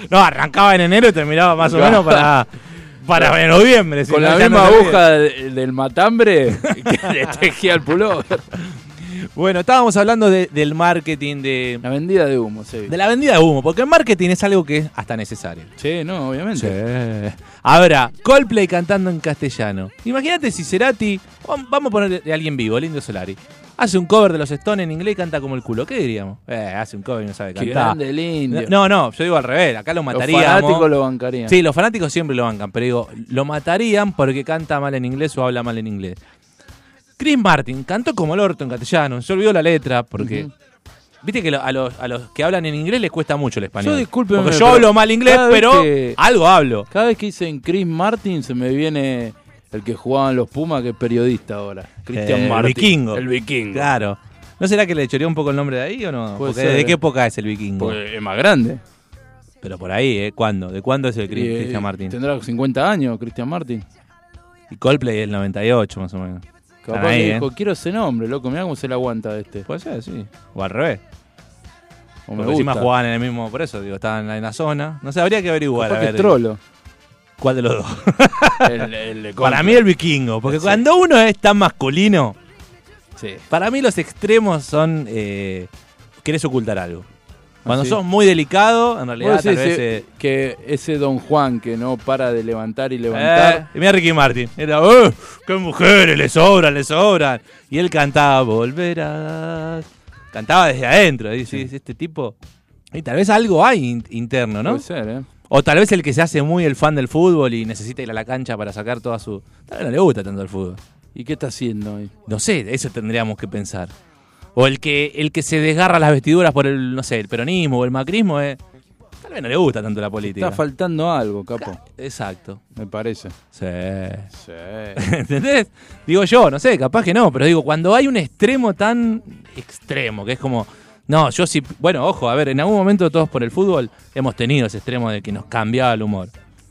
[SPEAKER 2] No, arrancaba en enero y terminaba más o menos para, para noviembre. si
[SPEAKER 3] Con
[SPEAKER 2] no,
[SPEAKER 3] la
[SPEAKER 2] ya
[SPEAKER 3] misma
[SPEAKER 2] no te
[SPEAKER 3] aguja de- del matambre [LAUGHS] que le tejía el pullover.
[SPEAKER 2] olvides. Bueno, estábamos hablando de- del marketing, de,
[SPEAKER 3] La vendida de humo, sí.
[SPEAKER 2] de la vendida de humo, porque el marketing es algo que es hasta necesario.
[SPEAKER 3] Sí, no, obviamente.
[SPEAKER 2] Ahora, Coldplay cantando en castellano. Imagínate si Cerati, vam- vamos a poner de alguien vivo, el Indio Solari, hace un cover de los Stones en inglés y canta como el culo. ¿Qué diríamos? Eh, hace un cover y no sabe
[SPEAKER 3] Qué
[SPEAKER 2] cantar.
[SPEAKER 3] grande el indio.
[SPEAKER 2] No, no, yo digo al revés, acá lo
[SPEAKER 3] Los
[SPEAKER 2] mataríamos.
[SPEAKER 3] fanáticos lo bancarían.
[SPEAKER 2] Sí, los fanáticos siempre lo bancan, pero digo, lo matarían porque canta mal en inglés o habla mal en inglés. Chris Martin cantó como el orto en castellano, se olvidó la letra porque... Viste que lo- a, los, a los que hablan en inglés les cuesta mucho el español.
[SPEAKER 3] Yo, discúlpeme,
[SPEAKER 2] Porque yo
[SPEAKER 3] pero
[SPEAKER 2] hablo mal inglés,
[SPEAKER 3] cada vez
[SPEAKER 2] pero
[SPEAKER 3] que-
[SPEAKER 2] algo hablo.
[SPEAKER 3] Cada vez que dicen Chris Martin se me viene el que jugaba en los Pumas, que es periodista ahora. Cristian
[SPEAKER 2] Eh, el
[SPEAKER 3] Martin.
[SPEAKER 2] vikingo.
[SPEAKER 3] El vikingo.
[SPEAKER 2] Claro. ¿No será que le choreó un poco el nombre de ahí o no?
[SPEAKER 3] Puede
[SPEAKER 2] Porque
[SPEAKER 3] ser,
[SPEAKER 2] ¿De
[SPEAKER 3] eh.
[SPEAKER 2] qué época es el vikingo?
[SPEAKER 3] Porque es más grande.
[SPEAKER 2] Pero por ahí, ¿eh? ¿Cuándo? ¿De cuándo es el Chris-
[SPEAKER 3] Eh,
[SPEAKER 2] Cristian Martin?
[SPEAKER 3] Tendrá 50 años, Cristian Martin.
[SPEAKER 2] Y Coldplay es el 98 más o menos. Están
[SPEAKER 3] Capaz
[SPEAKER 2] ahí,
[SPEAKER 3] que
[SPEAKER 2] ¿eh?
[SPEAKER 3] dijo, quiero ese nombre, loco, mirá cómo se le aguanta este.
[SPEAKER 2] Puede ser, sí. O al revés.
[SPEAKER 3] O me
[SPEAKER 2] Porque encima
[SPEAKER 3] gusta.
[SPEAKER 2] jugaban en el mismo, por eso, digo, estaban en la zona. No sé, habría que averiguar.
[SPEAKER 3] Capaz
[SPEAKER 2] a
[SPEAKER 3] que
[SPEAKER 2] ver, [LAUGHS]
[SPEAKER 3] es trolo.
[SPEAKER 2] ¿Cuál de los
[SPEAKER 3] [LAUGHS]
[SPEAKER 2] dos?
[SPEAKER 3] El- el de
[SPEAKER 2] para
[SPEAKER 3] contra.
[SPEAKER 2] mí el vikingo, porque cuando uno es tan masculino,
[SPEAKER 3] Sí.
[SPEAKER 2] para mí los extremos son. Eh, querés ocultar algo. Cuando
[SPEAKER 3] ¿Ah, sí?
[SPEAKER 2] sos muy delicado, en realidad
[SPEAKER 3] Vos
[SPEAKER 2] tal
[SPEAKER 3] decís
[SPEAKER 2] vez.
[SPEAKER 3] ese-
[SPEAKER 2] eh,
[SPEAKER 3] que ese Don Juan que no para de levantar y
[SPEAKER 2] Eh,
[SPEAKER 3] levantar.
[SPEAKER 2] mira Ricky Martin. Era, "Eh, ¡Qué mujeres! ¡Le sobran, le sobran! Y él cantaba, volverás. Cantaba desde adentro. Y decís, este tipo. Y tal vez algo hay in- interno, ¿no?
[SPEAKER 3] Puede ser, ¿eh?
[SPEAKER 2] O tal vez el que se hace muy el fan del fútbol y necesita ir a la cancha para sacar toda su. Tal vez no le gusta tanto el fútbol.
[SPEAKER 3] ¿Y qué está haciendo ahí?
[SPEAKER 2] No sé, eso tendríamos que pensar. O el que, el que se desgarra las vestiduras por el, no sé, el peronismo o el macrismo, eh, tal vez no le gusta tanto la política.
[SPEAKER 3] Está faltando algo, capo,
[SPEAKER 2] Exacto.
[SPEAKER 3] me parece.
[SPEAKER 2] Sí.
[SPEAKER 3] Sí.
[SPEAKER 2] [LAUGHS] ¿Entendés? Digo yo, no sé, capaz que no, pero digo, cuando hay un extremo tan extremo, que es como, no, yo sí, bueno, ojo, a ver, en algún momento todos por el fútbol hemos tenido ese extremo de que nos cambiaba el humor,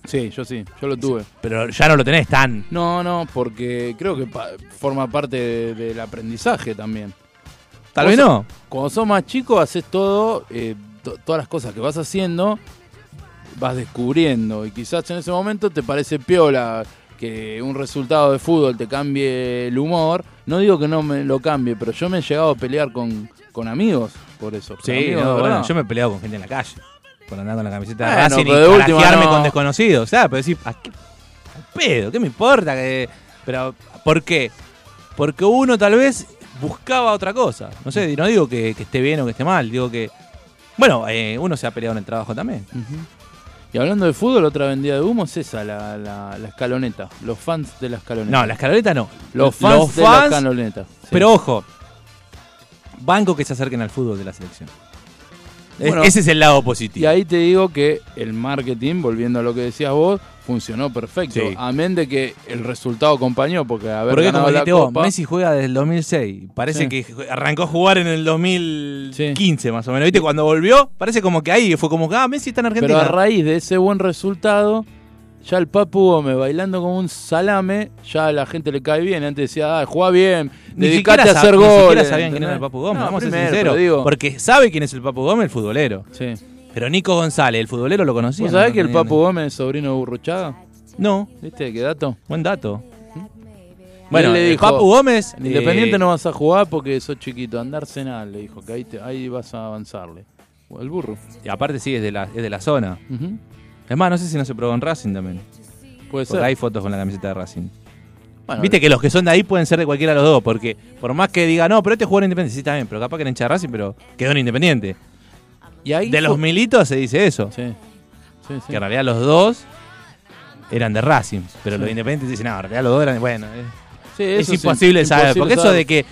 [SPEAKER 3] yo sí, yo lo tuve.
[SPEAKER 2] pero ya no lo tenés tan.
[SPEAKER 3] No, no, porque creo que pa- forma parte de- del aprendizaje también.
[SPEAKER 2] Tal vez
[SPEAKER 3] Vos-
[SPEAKER 2] no.
[SPEAKER 3] Cuando sos más chico, haces todo, eh, to- todas las cosas que vas haciendo, vas descubriendo. Y quizás en ese momento te parece piola que un resultado de fútbol te cambie el humor. No digo que no me lo cambie, pero yo me he llegado a pelear con, con amigos por eso. con
[SPEAKER 2] Sí,
[SPEAKER 3] amigos,
[SPEAKER 2] no,
[SPEAKER 3] de
[SPEAKER 2] bueno,
[SPEAKER 3] verdad.
[SPEAKER 2] yo me he peleado con gente en la calle. Por andar con la camiseta
[SPEAKER 3] Bueno,
[SPEAKER 2] de Racing y
[SPEAKER 3] pero de última
[SPEAKER 2] carajearme
[SPEAKER 3] no.
[SPEAKER 2] con desconocidos. O sea, pero decir, ¿a qué al pedo? ¿Qué me importa? que- Pero, ¿por qué? Porque uno tal vez buscaba otra cosa. No sé, no digo que, que esté bien o que esté mal. Digo que. Bueno, eh, uno se ha peleado en el trabajo también.
[SPEAKER 3] Y hablando de fútbol, otra vendida de humo es esa, la, la- la escaloneta. Los fans de la escaloneta.
[SPEAKER 2] No, la escaloneta no.
[SPEAKER 3] los fans de la
[SPEAKER 2] fans,
[SPEAKER 3] escaloneta. sí.
[SPEAKER 2] Pero ojo, banco que se acerquen al fútbol de la selección. Es-
[SPEAKER 3] Bueno,
[SPEAKER 2] ese es el lado
[SPEAKER 3] Y
[SPEAKER 2] positivo.
[SPEAKER 3] ahí te digo que el marketing, volviendo a lo que decías vos, funcionó perfecto.
[SPEAKER 2] Sí.
[SPEAKER 3] Amén de que el resultado acompañó, porque haber
[SPEAKER 2] Porque
[SPEAKER 3] ganado
[SPEAKER 2] como
[SPEAKER 3] la
[SPEAKER 2] dijiste vos,
[SPEAKER 3] Copa-
[SPEAKER 2] Messi juega desde el 2006. Parece
[SPEAKER 3] Sí.
[SPEAKER 2] que ju- arrancó a jugar en el 2015 más o menos. ¿Viste? Cuando volvió, parece como que ahí fue como que, ah, Messi está en
[SPEAKER 3] pero
[SPEAKER 2] Argentina.
[SPEAKER 3] a raíz de ese buen resultado, ya el Papu Gómez bailando como un salame, ya a la gente le cae bien. Antes decía, ah, juega bien,
[SPEAKER 2] Ni
[SPEAKER 3] dedicate a
[SPEAKER 2] siquiera
[SPEAKER 3] hacer
[SPEAKER 2] sab-
[SPEAKER 3] goles.
[SPEAKER 2] Ni siquiera sabían quién
[SPEAKER 3] ¿entendés?
[SPEAKER 2] era el Papu Gómez,
[SPEAKER 3] No,
[SPEAKER 2] vamos a ser
[SPEAKER 3] primero,
[SPEAKER 2] sinceros.
[SPEAKER 3] pero digo-
[SPEAKER 2] Porque sabe quién es el Papu Gómez, el futbolero.
[SPEAKER 3] Sí.
[SPEAKER 2] Pero Nico González, el futbolero, lo conocía.
[SPEAKER 3] ¿Vos
[SPEAKER 2] ¿no?
[SPEAKER 3] sabés que el
[SPEAKER 2] También.
[SPEAKER 3] Papo Gómez es sobrino de Burruchaga?
[SPEAKER 2] No,
[SPEAKER 3] ¿Viste qué dato?
[SPEAKER 2] buen dato. Bueno,
[SPEAKER 3] le
[SPEAKER 2] el
[SPEAKER 3] dijo,
[SPEAKER 2] Papu Gómez.
[SPEAKER 3] En Independiente
[SPEAKER 2] eh,
[SPEAKER 3] no vas a jugar porque sos chiquito. Andá a Arsenal, le dijo, que ahí, te- ahí vas a avanzarle. O El burro.
[SPEAKER 2] Y aparte, sí, es de, la, es de la zona.
[SPEAKER 3] Ujú.
[SPEAKER 2] Es más, no sé si no se probó en Racing también.
[SPEAKER 3] Puede
[SPEAKER 2] Porque
[SPEAKER 3] ser.
[SPEAKER 2] hay fotos con la camiseta de Racing.
[SPEAKER 3] Bueno,
[SPEAKER 2] Viste que los que son de ahí pueden ser de cualquiera de los dos, porque por más que diga, no, pero este jugó en Independiente, sí, también, pero capaz que era hincha de Racing, pero quedó en Independiente.
[SPEAKER 3] y ahí
[SPEAKER 2] De los
[SPEAKER 3] fue-
[SPEAKER 2] militos se dice eso,
[SPEAKER 3] Sí. Sí, sí.
[SPEAKER 2] que en realidad los dos eran de Racing, pero los
[SPEAKER 3] Sí.
[SPEAKER 2] Independientes dicen, no, en realidad los dos eran, de-". bueno, es,
[SPEAKER 3] Sí,
[SPEAKER 2] es
[SPEAKER 3] eso sí,
[SPEAKER 2] imposible saber,
[SPEAKER 3] imposible
[SPEAKER 2] porque eso
[SPEAKER 3] saber.
[SPEAKER 2] de que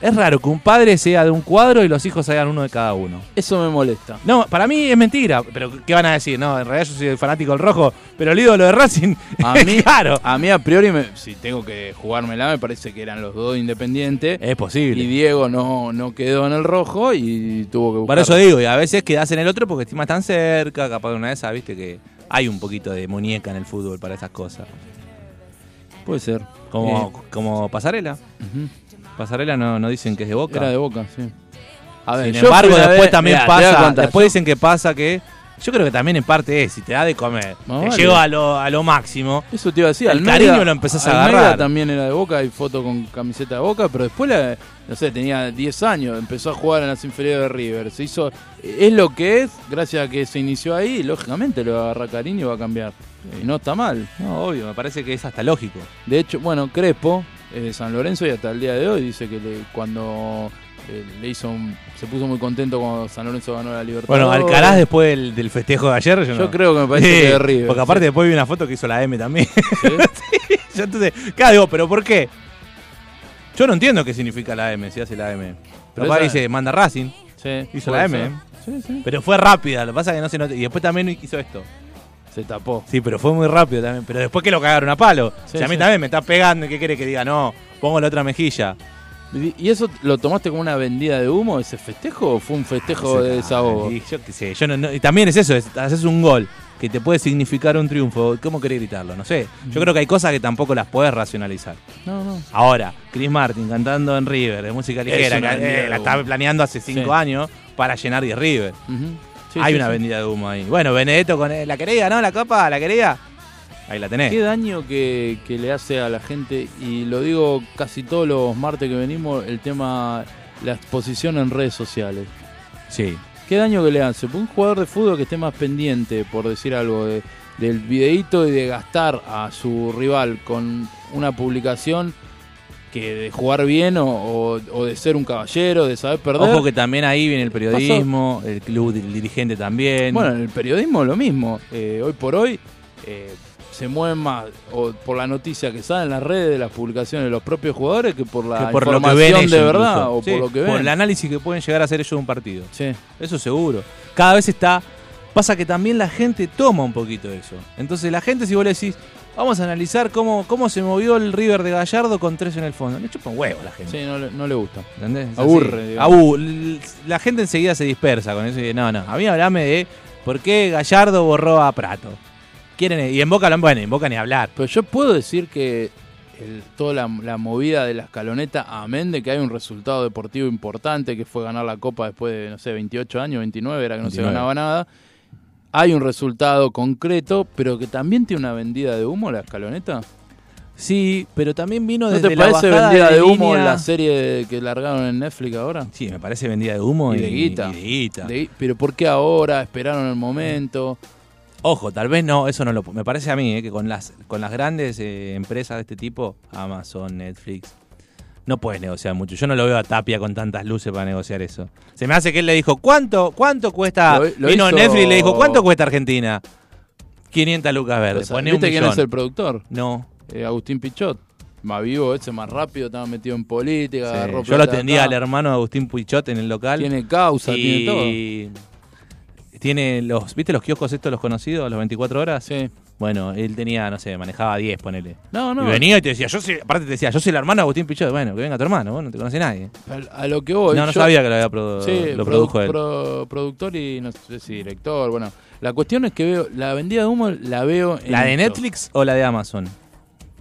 [SPEAKER 2] es raro que un padre sea de un cuadro y los hijos sean uno de cada uno.
[SPEAKER 3] Eso me molesta.
[SPEAKER 2] No, para mí es mentira, pero ¿qué van a decir? No, en realidad yo soy el fanático del rojo, pero el ídolo de Racing,
[SPEAKER 3] A
[SPEAKER 2] [LAUGHS] es
[SPEAKER 3] mí-
[SPEAKER 2] claro,
[SPEAKER 3] A mí a priori, me- si tengo que jugármela, me parece que eran los dos independientes.
[SPEAKER 2] es posible.
[SPEAKER 3] Y Diego no, no quedó en el rojo y tuvo que buscar.
[SPEAKER 2] Por eso digo, y a veces quedás en el otro porque estima tan cerca, capaz de una de esas, viste que hay un poquito de muñeca en el fútbol para esas cosas.
[SPEAKER 3] Puede ser. Eh,
[SPEAKER 2] Como, como Pasarela. Pasarela no, no dicen que es de
[SPEAKER 3] Eh,
[SPEAKER 2] Boca.
[SPEAKER 3] era de boca, sí. A ver,
[SPEAKER 2] Sin
[SPEAKER 3] yo
[SPEAKER 2] embargo,
[SPEAKER 3] fui una
[SPEAKER 2] después
[SPEAKER 3] vez-
[SPEAKER 2] también
[SPEAKER 3] Mirá, te voy a
[SPEAKER 2] pasa,
[SPEAKER 3] contar,
[SPEAKER 2] después
[SPEAKER 3] yo-
[SPEAKER 2] dicen que pasa que... Yo creo que también en parte es, si te da de comer,
[SPEAKER 3] Más
[SPEAKER 2] te
[SPEAKER 3] vale.
[SPEAKER 2] lleva a lo, a lo máximo.
[SPEAKER 3] Eso te iba a decir,
[SPEAKER 2] El
[SPEAKER 3] Almeida-
[SPEAKER 2] cariño lo empezás a
[SPEAKER 3] Almeida
[SPEAKER 2] agarrar.
[SPEAKER 3] también era de Boca, hay foto con camiseta de Boca, pero después, la- no sé, tenía 10 años, empezó a jugar en las inferiores de River. Se hizo, es lo que es, gracias a que se inició ahí, y lógicamente lo agarra cariño y va a cambiar. Y no está mal.
[SPEAKER 2] No, obvio, me parece que es hasta lógico.
[SPEAKER 3] De hecho, bueno, Crespo es de San Lorenzo y hasta el día de hoy dice que le- cuando eh, le hizo un- se puso muy contento cuando San Lorenzo ganó la libertad.
[SPEAKER 2] Bueno, Alcaraz después del, del festejo de ayer, yo,
[SPEAKER 3] Yo
[SPEAKER 2] no-
[SPEAKER 3] creo que me parece
[SPEAKER 2] Sí,
[SPEAKER 3] que es de River.
[SPEAKER 2] Porque aparte después vi una foto que hizo la M también.
[SPEAKER 3] ¿Sí?
[SPEAKER 2] Yo entonces, claro, digo, pero ¿por qué? Yo no entiendo qué significa la M, si hace la M. Pero
[SPEAKER 3] Pero
[SPEAKER 2] papá
[SPEAKER 3] esa-
[SPEAKER 2] dice, manda Racing.
[SPEAKER 3] Sí,
[SPEAKER 2] [LAUGHS] Hizo
[SPEAKER 3] puede
[SPEAKER 2] la M,
[SPEAKER 3] ser.
[SPEAKER 2] ¿eh?
[SPEAKER 3] Sí, sí.
[SPEAKER 2] Pero fue rápida, lo que pasa es que no se nota. Y después también hizo esto.
[SPEAKER 3] Se tapó.
[SPEAKER 2] Sí, pero fue muy rápido también. Pero después que lo cagaron a palo.
[SPEAKER 3] Sí,
[SPEAKER 2] o sea, a mí
[SPEAKER 3] sí.
[SPEAKER 2] también me está pegando. ¿y ¿Qué quiere que diga? No, pongo la otra mejilla.
[SPEAKER 3] ¿Y y eso lo tomaste como una vendida de humo, ese festejo, o fue un festejo de desahogo?
[SPEAKER 2] Y yo qué sé. Yo no- no- y también es eso, es- haces un gol que te puede significar un triunfo. ¿Cómo querés gritarlo? No sé.
[SPEAKER 3] Mm.
[SPEAKER 2] Yo creo que hay cosas que tampoco las puedes racionalizar.
[SPEAKER 3] No, no.
[SPEAKER 2] Ahora, Chris Martin cantando en River, de música ligera,
[SPEAKER 3] una
[SPEAKER 2] que, eh,
[SPEAKER 3] vendida
[SPEAKER 2] la
[SPEAKER 3] de
[SPEAKER 2] estaba
[SPEAKER 3] humo.
[SPEAKER 2] planeando hace cinco
[SPEAKER 3] Sí.
[SPEAKER 2] años para llenar 10 River.
[SPEAKER 3] Ujú. Sí,
[SPEAKER 2] Hay
[SPEAKER 3] sí,
[SPEAKER 2] una
[SPEAKER 3] sí.
[SPEAKER 2] vendida de humo ahí. Bueno, Benedetto con eh, la querida, ¿no? La copa, la querida. Ahí la tenés.
[SPEAKER 3] Qué daño que, que le hace a la gente, y lo digo casi todos los martes que venimos, el tema, la exposición en redes sociales.
[SPEAKER 2] Sí.
[SPEAKER 3] ¿Qué daño que le hace? Porque un jugador de fútbol que esté más pendiente, por decir algo, de- del videíto y de gastar a su rival con una publicación que de jugar bien o, o- o de ser un caballero, de saber perder.
[SPEAKER 2] Ojo que también ahí viene el periodismo, el club del dirigente también.
[SPEAKER 3] Bueno, en el periodismo lo mismo. Eh, hoy por hoy eh, se mueven más o por la noticia que sale en las redes de las publicaciones de los propios jugadores que por la
[SPEAKER 2] Que por lo que
[SPEAKER 3] información
[SPEAKER 2] ven ellos
[SPEAKER 3] de verdad
[SPEAKER 2] incluso.
[SPEAKER 3] o
[SPEAKER 2] Sí,
[SPEAKER 3] por lo que ven.
[SPEAKER 2] el análisis que pueden llegar a hacer ellos de un partido.
[SPEAKER 3] Sí.
[SPEAKER 2] Eso seguro. Cada vez está. Pasa que también la gente toma un poquito eso. Entonces la gente, si vos le decís, vamos a analizar cómo, cómo se movió el River de Gallardo con tres en el fondo. Le chupa un huevo a la gente.
[SPEAKER 3] Sí, no, le- no le gusta.
[SPEAKER 2] ¿Entendés? Es
[SPEAKER 3] Aburre,
[SPEAKER 2] así.
[SPEAKER 3] digamos.
[SPEAKER 2] Abu- l- La gente enseguida se dispersa con eso. Y, no, no. A mí hablame de por qué Gallardo borró a Prato. Quieren, y en Boca, lo- bueno, en Boca ni hablar.
[SPEAKER 3] Pero yo puedo decir que el- toda la, la movida de la escaloneta, amén de que hay un resultado deportivo importante, que fue ganar la Copa después de, no sé, 28 años, 29, era que no
[SPEAKER 2] 29.
[SPEAKER 3] se ganaba nada. Hay un resultado concreto, pero que también tiene una vendida de humo la escaloneta.
[SPEAKER 2] Sí, pero también vino
[SPEAKER 3] ¿No
[SPEAKER 2] desde
[SPEAKER 3] te
[SPEAKER 2] la
[SPEAKER 3] parece
[SPEAKER 2] bajada
[SPEAKER 3] vendida de, humo
[SPEAKER 2] línea-
[SPEAKER 3] la serie que largaron en Netflix ahora?
[SPEAKER 2] Sí, me parece vendida de humo y,
[SPEAKER 3] Y de guita.
[SPEAKER 2] y de guita.
[SPEAKER 3] De- pero ¿por qué ahora? ¿Esperaron el momento?
[SPEAKER 2] Ojo, tal vez no, eso no lo. Me parece a mí eh, que con las, con las grandes eh, empresas de este tipo, Amazon, Netflix, no puedes negociar mucho. Yo no lo veo a Tapia con tantas luces para negociar eso. Se me hace que él le dijo, ¿cuánto, cuánto cuesta?
[SPEAKER 3] Lo- lo
[SPEAKER 2] vino
[SPEAKER 3] hizo-
[SPEAKER 2] Netflix y le dijo, ¿cuánto cuesta Argentina? 500 lucas verdes.
[SPEAKER 3] O sea,
[SPEAKER 2] Poné un
[SPEAKER 3] ¿Viste quién
[SPEAKER 2] millón.
[SPEAKER 3] es el productor?
[SPEAKER 2] No.
[SPEAKER 3] Eh, Agustín Pichot. Más vivo, ese más rápido, estaba metido en política.
[SPEAKER 2] sí.
[SPEAKER 3] agarró
[SPEAKER 2] Yo lo
[SPEAKER 3] plata
[SPEAKER 2] atendía
[SPEAKER 3] acá.
[SPEAKER 2] al hermano de Agustín Puichot en el local.
[SPEAKER 3] Tiene causa, tiene todo.
[SPEAKER 2] y tiene los, ¿viste los kioscos estos los conocidos, los 24 horas?
[SPEAKER 3] Sí.
[SPEAKER 2] Bueno, él tenía, no sé, manejaba 10, ponele.
[SPEAKER 3] No, no.
[SPEAKER 2] Y venía y te decía, yo soy, aparte te decía, yo soy el hermano de Agustín Pichot. Bueno, que venga tu hermano, vos no te conoce nadie.
[SPEAKER 3] Al- A lo que voy.
[SPEAKER 2] no, no
[SPEAKER 3] yo-
[SPEAKER 2] sabía que lo, había produ-
[SPEAKER 3] Sí,
[SPEAKER 2] lo
[SPEAKER 3] produ-
[SPEAKER 2] produjo él.
[SPEAKER 3] pro- productor y no sé si director. Bueno, la cuestión es que veo. La vendida de humo la veo. En
[SPEAKER 2] ¿La de
[SPEAKER 3] esto.
[SPEAKER 2] Netflix o la de Amazon?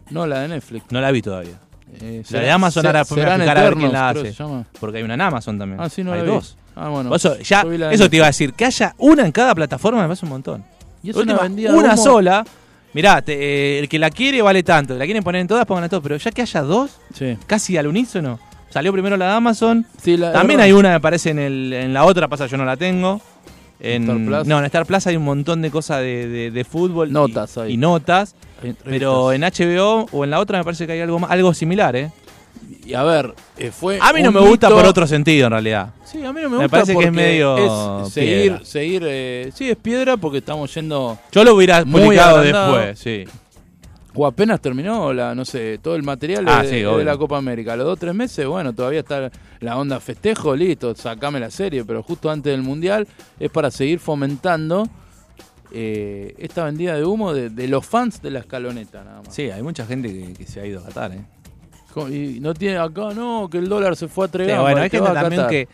[SPEAKER 3] No, la de Netflix.
[SPEAKER 2] No la vi todavía.
[SPEAKER 3] Eh,
[SPEAKER 2] la de Amazon ahora después me voy a
[SPEAKER 3] serán
[SPEAKER 2] fijar a ver quién
[SPEAKER 3] Eternos,
[SPEAKER 2] la
[SPEAKER 3] creo
[SPEAKER 2] hace.
[SPEAKER 3] que se llama.
[SPEAKER 2] Porque hay una en Amazon también.
[SPEAKER 3] Ah, sí, no
[SPEAKER 2] hay
[SPEAKER 3] la vi.
[SPEAKER 2] dos.
[SPEAKER 3] Ah, bueno.
[SPEAKER 2] Vos so- ya,
[SPEAKER 3] Yo vi la-
[SPEAKER 2] eso te iba a decir, que haya una en cada plataforma me parece un montón.
[SPEAKER 3] Y es
[SPEAKER 2] De
[SPEAKER 3] una
[SPEAKER 2] última,
[SPEAKER 3] vendida de
[SPEAKER 2] una
[SPEAKER 3] humo.
[SPEAKER 2] sola. Mirá, te- eh, el que la quiere vale tanto. La quieren poner en todas, pongan a todos. Pero ya que haya dos,
[SPEAKER 3] Sí.
[SPEAKER 2] casi al unísono. Salió primero la de Amazon.
[SPEAKER 3] Sí, la-
[SPEAKER 2] También
[SPEAKER 3] la-
[SPEAKER 2] hay una, me parece, en, el, en la otra pasa, yo no la tengo. En,
[SPEAKER 3] Star Plus.
[SPEAKER 2] No, en Star Plaza hay un montón de cosas de, de- de fútbol. y-
[SPEAKER 3] Notas
[SPEAKER 2] y,
[SPEAKER 3] hay.
[SPEAKER 2] notas.
[SPEAKER 3] hay
[SPEAKER 2] Pero eh, en HBO o en la otra me parece que hay algo más, algo similar, ¿eh?
[SPEAKER 3] Y a ver, eh, fue.
[SPEAKER 2] A mí no
[SPEAKER 3] un
[SPEAKER 2] me gusta
[SPEAKER 3] hito-
[SPEAKER 2] por otro sentido, en realidad.
[SPEAKER 3] Sí, a mí no me
[SPEAKER 2] Me
[SPEAKER 3] gusta.
[SPEAKER 2] parece que es
[SPEAKER 3] porque
[SPEAKER 2] medio
[SPEAKER 3] es seguir,
[SPEAKER 2] piedra.
[SPEAKER 3] seguir. eh, sí, es piedra porque estamos yendo.
[SPEAKER 2] Yo lo hubiera
[SPEAKER 3] Muy
[SPEAKER 2] publicado
[SPEAKER 3] agrandado.
[SPEAKER 2] después, sí.
[SPEAKER 3] O apenas terminó la, no sé, todo el material de,
[SPEAKER 2] Ah, sí,
[SPEAKER 3] de
[SPEAKER 2] obvio.
[SPEAKER 3] la Copa América. A los dos, tres meses, bueno, todavía está la onda festejo, listo, sacame la serie, pero justo antes del Mundial es para seguir fomentando eh, esta vendida de humo de, de los fans de la escaloneta, nada más.
[SPEAKER 2] Sí, hay mucha gente que, que se ha ido a Qatar, ¿eh?
[SPEAKER 3] Co- Y no tiene acá, no, que el dólar se fue a
[SPEAKER 2] Sí,
[SPEAKER 3] tregar.
[SPEAKER 2] bueno, hay gente también que,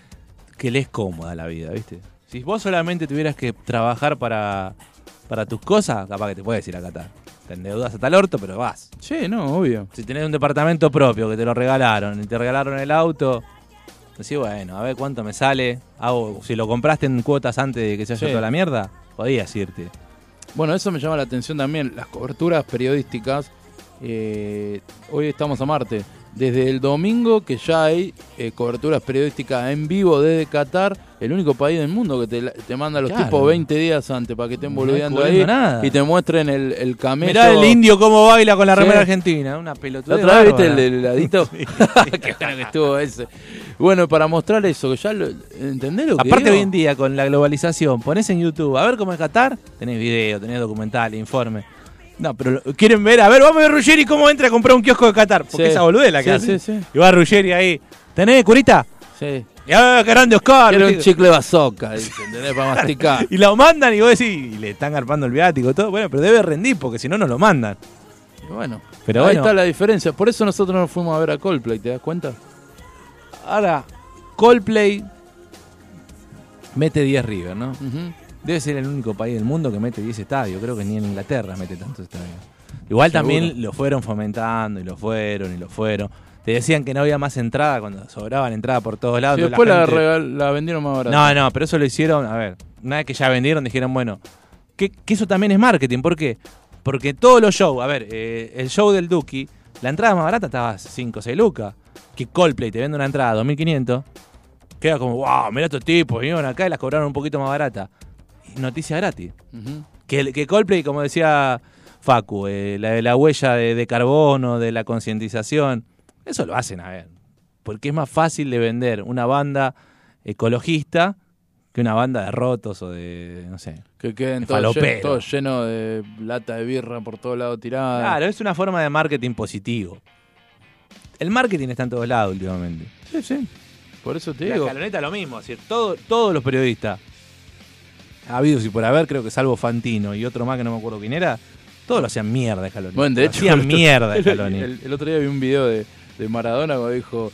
[SPEAKER 2] que le es cómoda la vida, ¿viste? Si vos solamente tuvieras que trabajar para, para tus cosas, capaz que te puedes ir a Qatar. Te endeudas hasta el orto, pero vas.
[SPEAKER 3] Sí, no, obvio.
[SPEAKER 2] Si tenés un departamento propio que te lo regalaron y te regalaron el auto, decís, bueno, a ver cuánto me sale. Hago, si lo compraste en cuotas antes de que se haya
[SPEAKER 3] Sí.
[SPEAKER 2] toda la mierda, podías irte.
[SPEAKER 3] Bueno, eso me llama la atención también, las coberturas periodísticas. Eh, hoy estamos a Marte. Desde el domingo que ya hay eh, coberturas periodísticas en vivo desde Qatar, el único país del mundo que te, la- te manda los
[SPEAKER 2] Claro.
[SPEAKER 3] tipos 20 días antes para que estén
[SPEAKER 2] No
[SPEAKER 3] boludeando
[SPEAKER 2] cubriendo
[SPEAKER 3] ahí
[SPEAKER 2] nada.
[SPEAKER 3] y te muestren el, el camello.
[SPEAKER 2] Mirá el indio cómo baila con la
[SPEAKER 3] Sí.
[SPEAKER 2] remera argentina. Una
[SPEAKER 3] La
[SPEAKER 2] pelotuda.
[SPEAKER 3] otra vez, ¿viste el,
[SPEAKER 2] bárbara. [LAUGHS]
[SPEAKER 3] el heladito? Qué bueno que [LAUGHS] estuvo ese. Bueno, para mostrar eso, que ya lo, ¿entendés lo que
[SPEAKER 2] Aparte
[SPEAKER 3] digo?
[SPEAKER 2] hoy en día con la globalización, ponés en YouTube, a ver cómo es Qatar, tenés video, tenés documental, informe. No, pero lo- quieren ver, a ver, vamos a ver Ruggeri cómo entra a comprar un kiosco de Qatar, porque
[SPEAKER 3] Sí.
[SPEAKER 2] esa boludez la que
[SPEAKER 3] Sí,
[SPEAKER 2] hace.
[SPEAKER 3] sí, sí.
[SPEAKER 2] Y va Ruggeri ahí, ¿tenés curita?
[SPEAKER 3] Sí.
[SPEAKER 2] Y a ver, qué grande Oscar.
[SPEAKER 3] Era un
[SPEAKER 2] Ah, ¿viste?
[SPEAKER 3] chicle bazooka, dice, ¿entendés? Para masticar.
[SPEAKER 2] [LAUGHS] Y lo mandan y vos decís, y le están garpando el viático y todo, bueno, pero debe rendir porque si no, no lo mandan.
[SPEAKER 3] Y Bueno,
[SPEAKER 2] Pero
[SPEAKER 3] ahí
[SPEAKER 2] bueno.
[SPEAKER 3] está la diferencia. Por eso nosotros nos fuimos a ver a Coldplay, ¿te das cuenta?
[SPEAKER 2] Ahora, Coldplay mete 10 River, ¿no? Debe ser el único país del mundo que mete 10 estadios. Creo que ni en Inglaterra mete tantos estadios. Igual también lo fueron fomentando y lo fueron y lo fueron. Te decían que no había más entrada cuando sobraban entrada por todos lados.
[SPEAKER 3] Sí,
[SPEAKER 2] la
[SPEAKER 3] después la,
[SPEAKER 2] gente-
[SPEAKER 3] regal- la vendieron más barata.
[SPEAKER 2] No, no, pero eso lo hicieron. A ver, una vez que ya vendieron, dijeron, bueno, que, que eso también es marketing. ¿Por qué? Porque todos los shows, a ver, eh, el show del Duki, la entrada más barata estaba 5 o 6 lucas. Que Coldplay te vende una entrada a 2500, queda como, wow, mira estos tipos, vinieron acá y las cobraron un poquito más barata. Y noticia gratis.
[SPEAKER 3] Ujú.
[SPEAKER 2] Que, el- que Coldplay, como decía Facu, eh, la, la huella de, de carbono, de la concientización, eso lo hacen a ver. Porque es más fácil de vender una banda ecologista que una banda de rotos o de, no sé.
[SPEAKER 3] Que queden
[SPEAKER 2] El
[SPEAKER 3] todos
[SPEAKER 2] falopero.
[SPEAKER 3] llenos lleno de lata de birra por todo lado tirada.
[SPEAKER 2] Claro, es una forma de marketing positivo. El marketing está en todos lados últimamente.
[SPEAKER 3] Sí, sí. Por eso te
[SPEAKER 2] La
[SPEAKER 3] digo.
[SPEAKER 2] escaloneta lo mismo, es decir, todo- todos los periodistas, habidos y por haber, creo que salvo Fantino y otro más que no me acuerdo quién era, todos lo hacían mierda, Scaloni.
[SPEAKER 3] Bueno, de
[SPEAKER 2] Lo
[SPEAKER 3] hecho, [LAUGHS]
[SPEAKER 2] hacían mierda,
[SPEAKER 3] El,
[SPEAKER 2] Scaloni.
[SPEAKER 3] el- el otro día vi un video de, de Maradona cuando dijo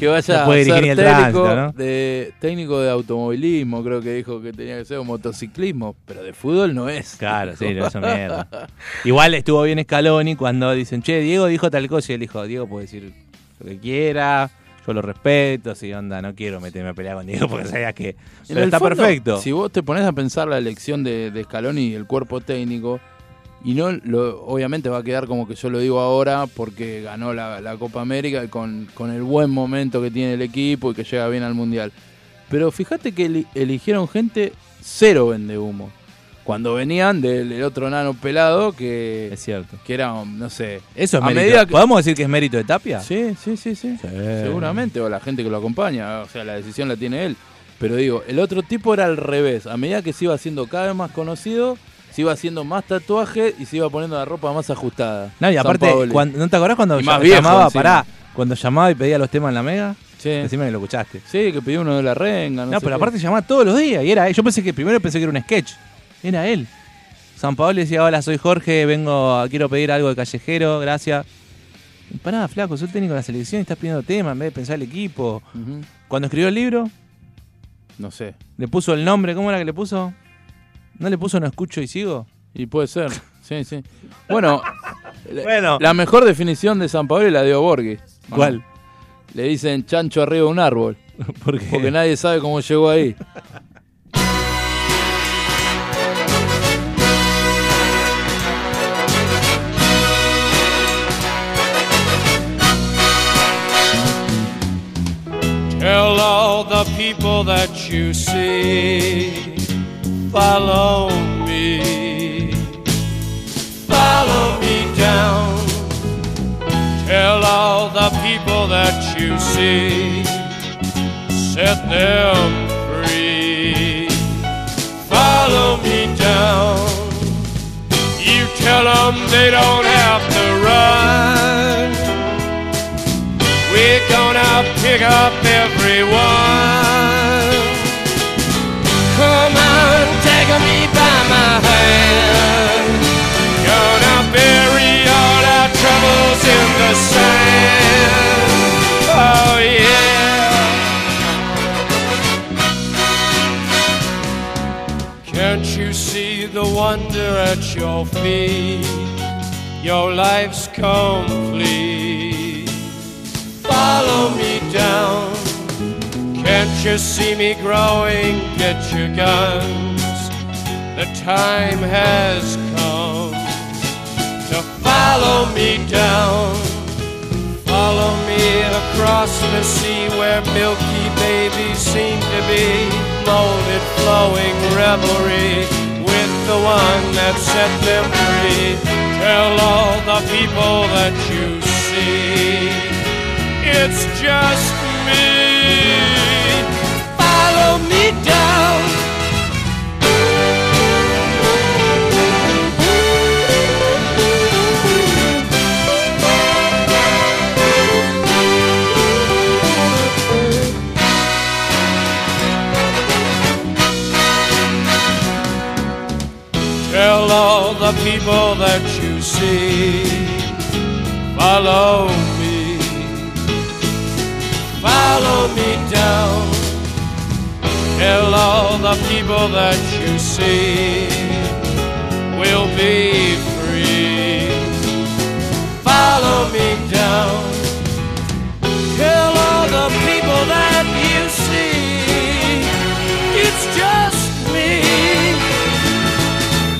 [SPEAKER 3] que vaya
[SPEAKER 2] No puede
[SPEAKER 3] a ser
[SPEAKER 2] dirigir ni
[SPEAKER 3] técnico,
[SPEAKER 2] el tránsito, ¿no?
[SPEAKER 3] de, técnico de automovilismo, creo que dijo que tenía que ser o motociclismo, pero de fútbol no es.
[SPEAKER 2] Claro, sí, lo hizo
[SPEAKER 3] [LAUGHS]
[SPEAKER 2] mierda. Igual estuvo bien Scaloni cuando dicen, che, Diego dijo tal cosa y él dijo, Diego puede decir lo que quiera, yo lo respeto, si onda, no quiero meterme a pelear con Diego porque sabías que...
[SPEAKER 3] En
[SPEAKER 2] Pero
[SPEAKER 3] el
[SPEAKER 2] está
[SPEAKER 3] fondo,
[SPEAKER 2] perfecto.
[SPEAKER 3] Si vos te pones a pensar la elección de, de Scaloni y el cuerpo técnico, y no lo, obviamente va a quedar como que yo lo digo ahora porque ganó la, la Copa América y con, con el buen momento que tiene el equipo y que llega bien al Mundial. Pero fíjate que eli- eligieron gente cero vende humo. Cuando venían del, del otro nano pelado que,
[SPEAKER 2] Es cierto.
[SPEAKER 3] que era, no sé.
[SPEAKER 2] Eso es
[SPEAKER 3] a
[SPEAKER 2] mérito.
[SPEAKER 3] medida que-
[SPEAKER 2] ¿Podemos decir que es mérito de Tapia?
[SPEAKER 3] Sí, sí, sí, sí.
[SPEAKER 2] Sí.
[SPEAKER 3] Seguramente, o la gente que lo acompaña, o sea, la decisión la tiene él. Pero digo, el otro tipo era al revés. A medida que se iba haciendo cada vez más conocido, se iba haciendo más tatuaje y se iba poniendo la ropa más ajustada.
[SPEAKER 2] No, y aparte,
[SPEAKER 3] Sampaoli.
[SPEAKER 2] cuando- ¿no te acordás cuando
[SPEAKER 3] Y más
[SPEAKER 2] llam-
[SPEAKER 3] viejo
[SPEAKER 2] llamaba,
[SPEAKER 3] encima.
[SPEAKER 2] pará, cuando llamaba y pedía los temas en la mega?
[SPEAKER 3] Sí,
[SPEAKER 2] Decime que lo escuchaste.
[SPEAKER 3] Sí, que pidió uno de la renga. No,
[SPEAKER 2] No,
[SPEAKER 3] sé
[SPEAKER 2] pero
[SPEAKER 3] qué.
[SPEAKER 2] aparte llamaba todos los días y era él. Yo pensé que primero pensé que era un sketch. Era él. San Paolo decía, hola, soy Jorge, vengo, a- quiero pedir algo de callejero, gracias. Y Pará, flaco, soy técnico de la selección y estás pidiendo temas en vez de pensar el equipo.
[SPEAKER 3] Ujú.
[SPEAKER 2] Cuando escribió el libro,
[SPEAKER 3] No sé.
[SPEAKER 2] le puso el nombre, ¿cómo era que le puso? ¿No le puso no escucho y sigo?
[SPEAKER 3] Y
[SPEAKER 2] [LAUGHS]
[SPEAKER 3] puede ser. Sí, sí. Bueno, la-
[SPEAKER 2] Bueno.
[SPEAKER 3] la mejor definición de San Pablo la dio Borghi.
[SPEAKER 2] ¿Cuál?
[SPEAKER 3] Le dicen chancho arriba de un árbol.
[SPEAKER 2] Porque, [LAUGHS]
[SPEAKER 3] Porque nadie sabe cómo llegó ahí.
[SPEAKER 6] Tell all the people that you see, follow me. Follow me down. Tell all the people that you see, set them free. Follow me down. You tell them they don't have to run. We're gonna pick up everyone. Come on, take me by my hand. Gonna bury all our troubles in the sand. Oh yeah. Can't you see the wonder at your feet? Your life's complete follow me down. Can't you see me growing? Get your guns. The time has come to follow me down. Follow me across the sea where milky babies seem to be. Molded, flowing revelry with the one that set them free. Tell all the people that you see. It's just me. Follow me down. Tell all the people that you see, follow me follow me down. Tell all the people that you see will be free. Follow me down. Tell all the people that you see it's just me.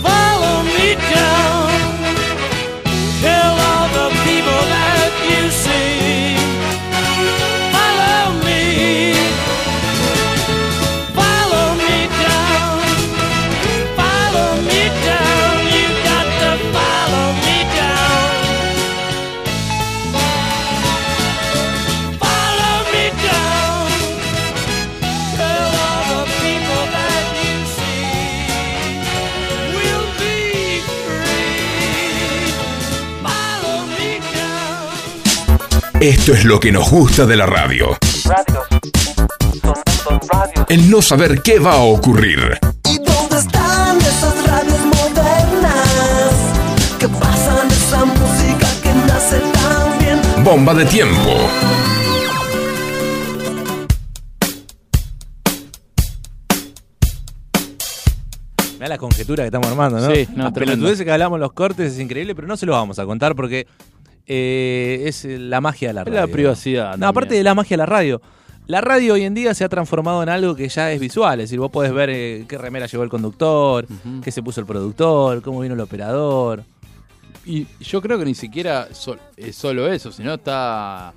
[SPEAKER 6] Follow me down. Tell all the people that you see. Follow me. Follow me down. Follow me down. You got to follow me down. Follow me down. Tell all the people that you see will be free. Follow me down.
[SPEAKER 1] Esto es lo que nos gusta de la radio. El no saber qué va a ocurrir.
[SPEAKER 7] ¿Y dónde están esas radios modernas que pasan esa música que nace tan bien?
[SPEAKER 1] Bomba de tiempo.
[SPEAKER 2] Mirá la conjetura que estamos armando, ¿no?
[SPEAKER 3] Sí, no,
[SPEAKER 2] Las
[SPEAKER 3] tremendo.
[SPEAKER 2] pelotudeces que hablamos los cortes es increíble, pero no se los vamos a contar porque eh, es eh, la magia de la
[SPEAKER 3] Es
[SPEAKER 2] radio.
[SPEAKER 3] la privacidad.
[SPEAKER 2] No, aparte de la magia de la radio. La radio hoy en día se ha transformado en algo que ya es visual, es decir, vos podés ver eh, qué remera llevó el conductor, qué se puso el productor, cómo vino el operador.
[SPEAKER 3] Y yo creo que ni siquiera sol- es solo eso, sino está.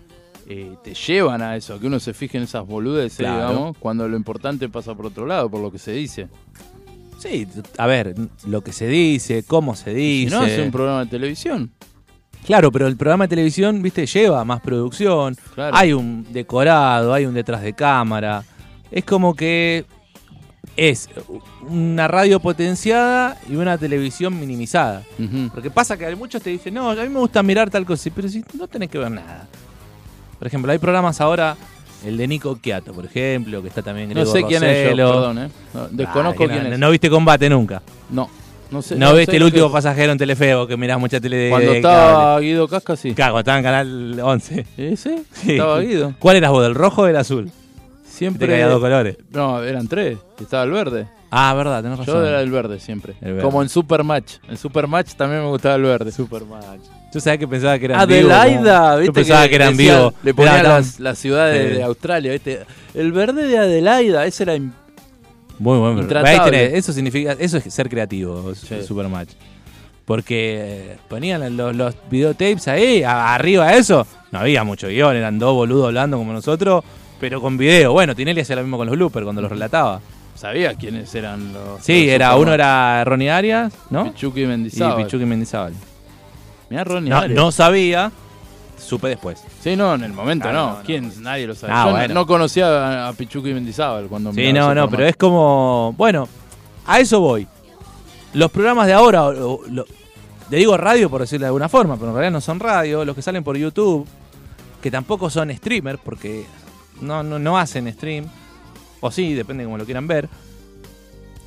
[SPEAKER 3] eh, te llevan a eso, a que uno se fije en esas boludeces,
[SPEAKER 2] Claro.
[SPEAKER 3] digamos, cuando lo importante pasa por otro lado, por lo que se dice.
[SPEAKER 2] Sí, t- a ver, lo que se dice, cómo se
[SPEAKER 3] Y
[SPEAKER 2] dice.
[SPEAKER 3] no es un programa de televisión.
[SPEAKER 2] Claro, pero el programa de televisión, viste, lleva más producción.
[SPEAKER 3] Claro.
[SPEAKER 2] Hay un decorado, hay un detrás de cámara. Es como que es una radio potenciada y una televisión minimizada.
[SPEAKER 3] Ujú.
[SPEAKER 2] Porque pasa que hay muchos te dicen, no, a mí me gusta mirar tal cosa, pero si no tenés que ver nada. Por ejemplo, hay programas ahora, el de Nico Quiato, por ejemplo, que está también
[SPEAKER 3] No
[SPEAKER 2] Grego
[SPEAKER 3] sé quién es yo,
[SPEAKER 2] Rossello.
[SPEAKER 3] perdón, ¿eh? No, desconozco
[SPEAKER 2] Ah, que no-
[SPEAKER 3] quién es.
[SPEAKER 2] No viste combate nunca.
[SPEAKER 3] No, no sé.
[SPEAKER 2] No, viste
[SPEAKER 3] sé
[SPEAKER 2] el
[SPEAKER 3] lo que
[SPEAKER 2] último
[SPEAKER 3] es.
[SPEAKER 2] pasajero en Telefeo, que mirás mucha tele de
[SPEAKER 3] Cuando
[SPEAKER 2] de
[SPEAKER 3] estaba
[SPEAKER 2] cable.
[SPEAKER 3] Guido Casca, sí.
[SPEAKER 2] Cago, estaba en Canal 11.
[SPEAKER 3] ¿Eh, sí?
[SPEAKER 2] [LAUGHS] Sí.
[SPEAKER 3] [LAUGHS] Estaba Guido.
[SPEAKER 2] ¿Cuál eras vos, del rojo o del azul?
[SPEAKER 3] Siempre.
[SPEAKER 2] Te caía dos colores.
[SPEAKER 3] No, eran tres. Estaba el verde.
[SPEAKER 2] Ah, verdad, tenés razón.
[SPEAKER 3] Yo era el verde siempre.
[SPEAKER 2] El verde.
[SPEAKER 3] Como en Supermatch. En Supermatch también me gustaba el verde. Supermatch.
[SPEAKER 2] Yo sabía que pensaba que eran
[SPEAKER 3] Adelaida,
[SPEAKER 2] vivo, como-
[SPEAKER 3] Ah, ¿viste?
[SPEAKER 2] Yo pensaba que, eran
[SPEAKER 3] decían-
[SPEAKER 2] vivo.
[SPEAKER 3] Le ponían
[SPEAKER 2] Era tan-
[SPEAKER 3] las, las ciudades
[SPEAKER 2] Sí.
[SPEAKER 3] de Australia, ¿viste? El verde de Adelaida, ese era. im-
[SPEAKER 2] Muy buen
[SPEAKER 3] Intratable.
[SPEAKER 2] Ahí tenés, eso significa, eso es ser creativo,
[SPEAKER 3] Sí.
[SPEAKER 2] Supermatch. Porque eh, ponían los, los videotapes ahí, a- arriba de eso. No había mucho guión, eran dos boludos hablando como nosotros, pero con video. Bueno, Tinelli hacía lo mismo con los bloopers cuando los relataba.
[SPEAKER 3] Sabía quiénes eran los.
[SPEAKER 2] Sí,
[SPEAKER 3] los
[SPEAKER 2] era, uno
[SPEAKER 3] Supermatch.
[SPEAKER 2] era Ronnie Arias, ¿no?
[SPEAKER 3] Pichuqui y
[SPEAKER 2] Y
[SPEAKER 3] Mendizábal.
[SPEAKER 2] Pichuqui Mendizábal.
[SPEAKER 3] Mirá Ronnie
[SPEAKER 2] No,
[SPEAKER 3] Arias.
[SPEAKER 2] no sabía, supe después.
[SPEAKER 3] Sí, no, en el momento
[SPEAKER 2] Ah,
[SPEAKER 3] no.
[SPEAKER 2] no, no.
[SPEAKER 3] ¿Quién? Nadie lo sabe.
[SPEAKER 2] Ah,
[SPEAKER 3] Yo no-
[SPEAKER 2] bueno.
[SPEAKER 3] no conocía a, a Pichuqui y Mendizábal cuando
[SPEAKER 2] Sí,
[SPEAKER 3] miraba
[SPEAKER 2] no, no,
[SPEAKER 3] Supermatch.
[SPEAKER 2] pero es como. Bueno, a eso voy. Los programas de ahora, o- o- lo- le digo radio por decirlo de alguna forma, pero en realidad no son radio, los que salen por YouTube, que tampoco son streamers, porque no, no, no hacen stream, o sí, depende como lo quieran ver.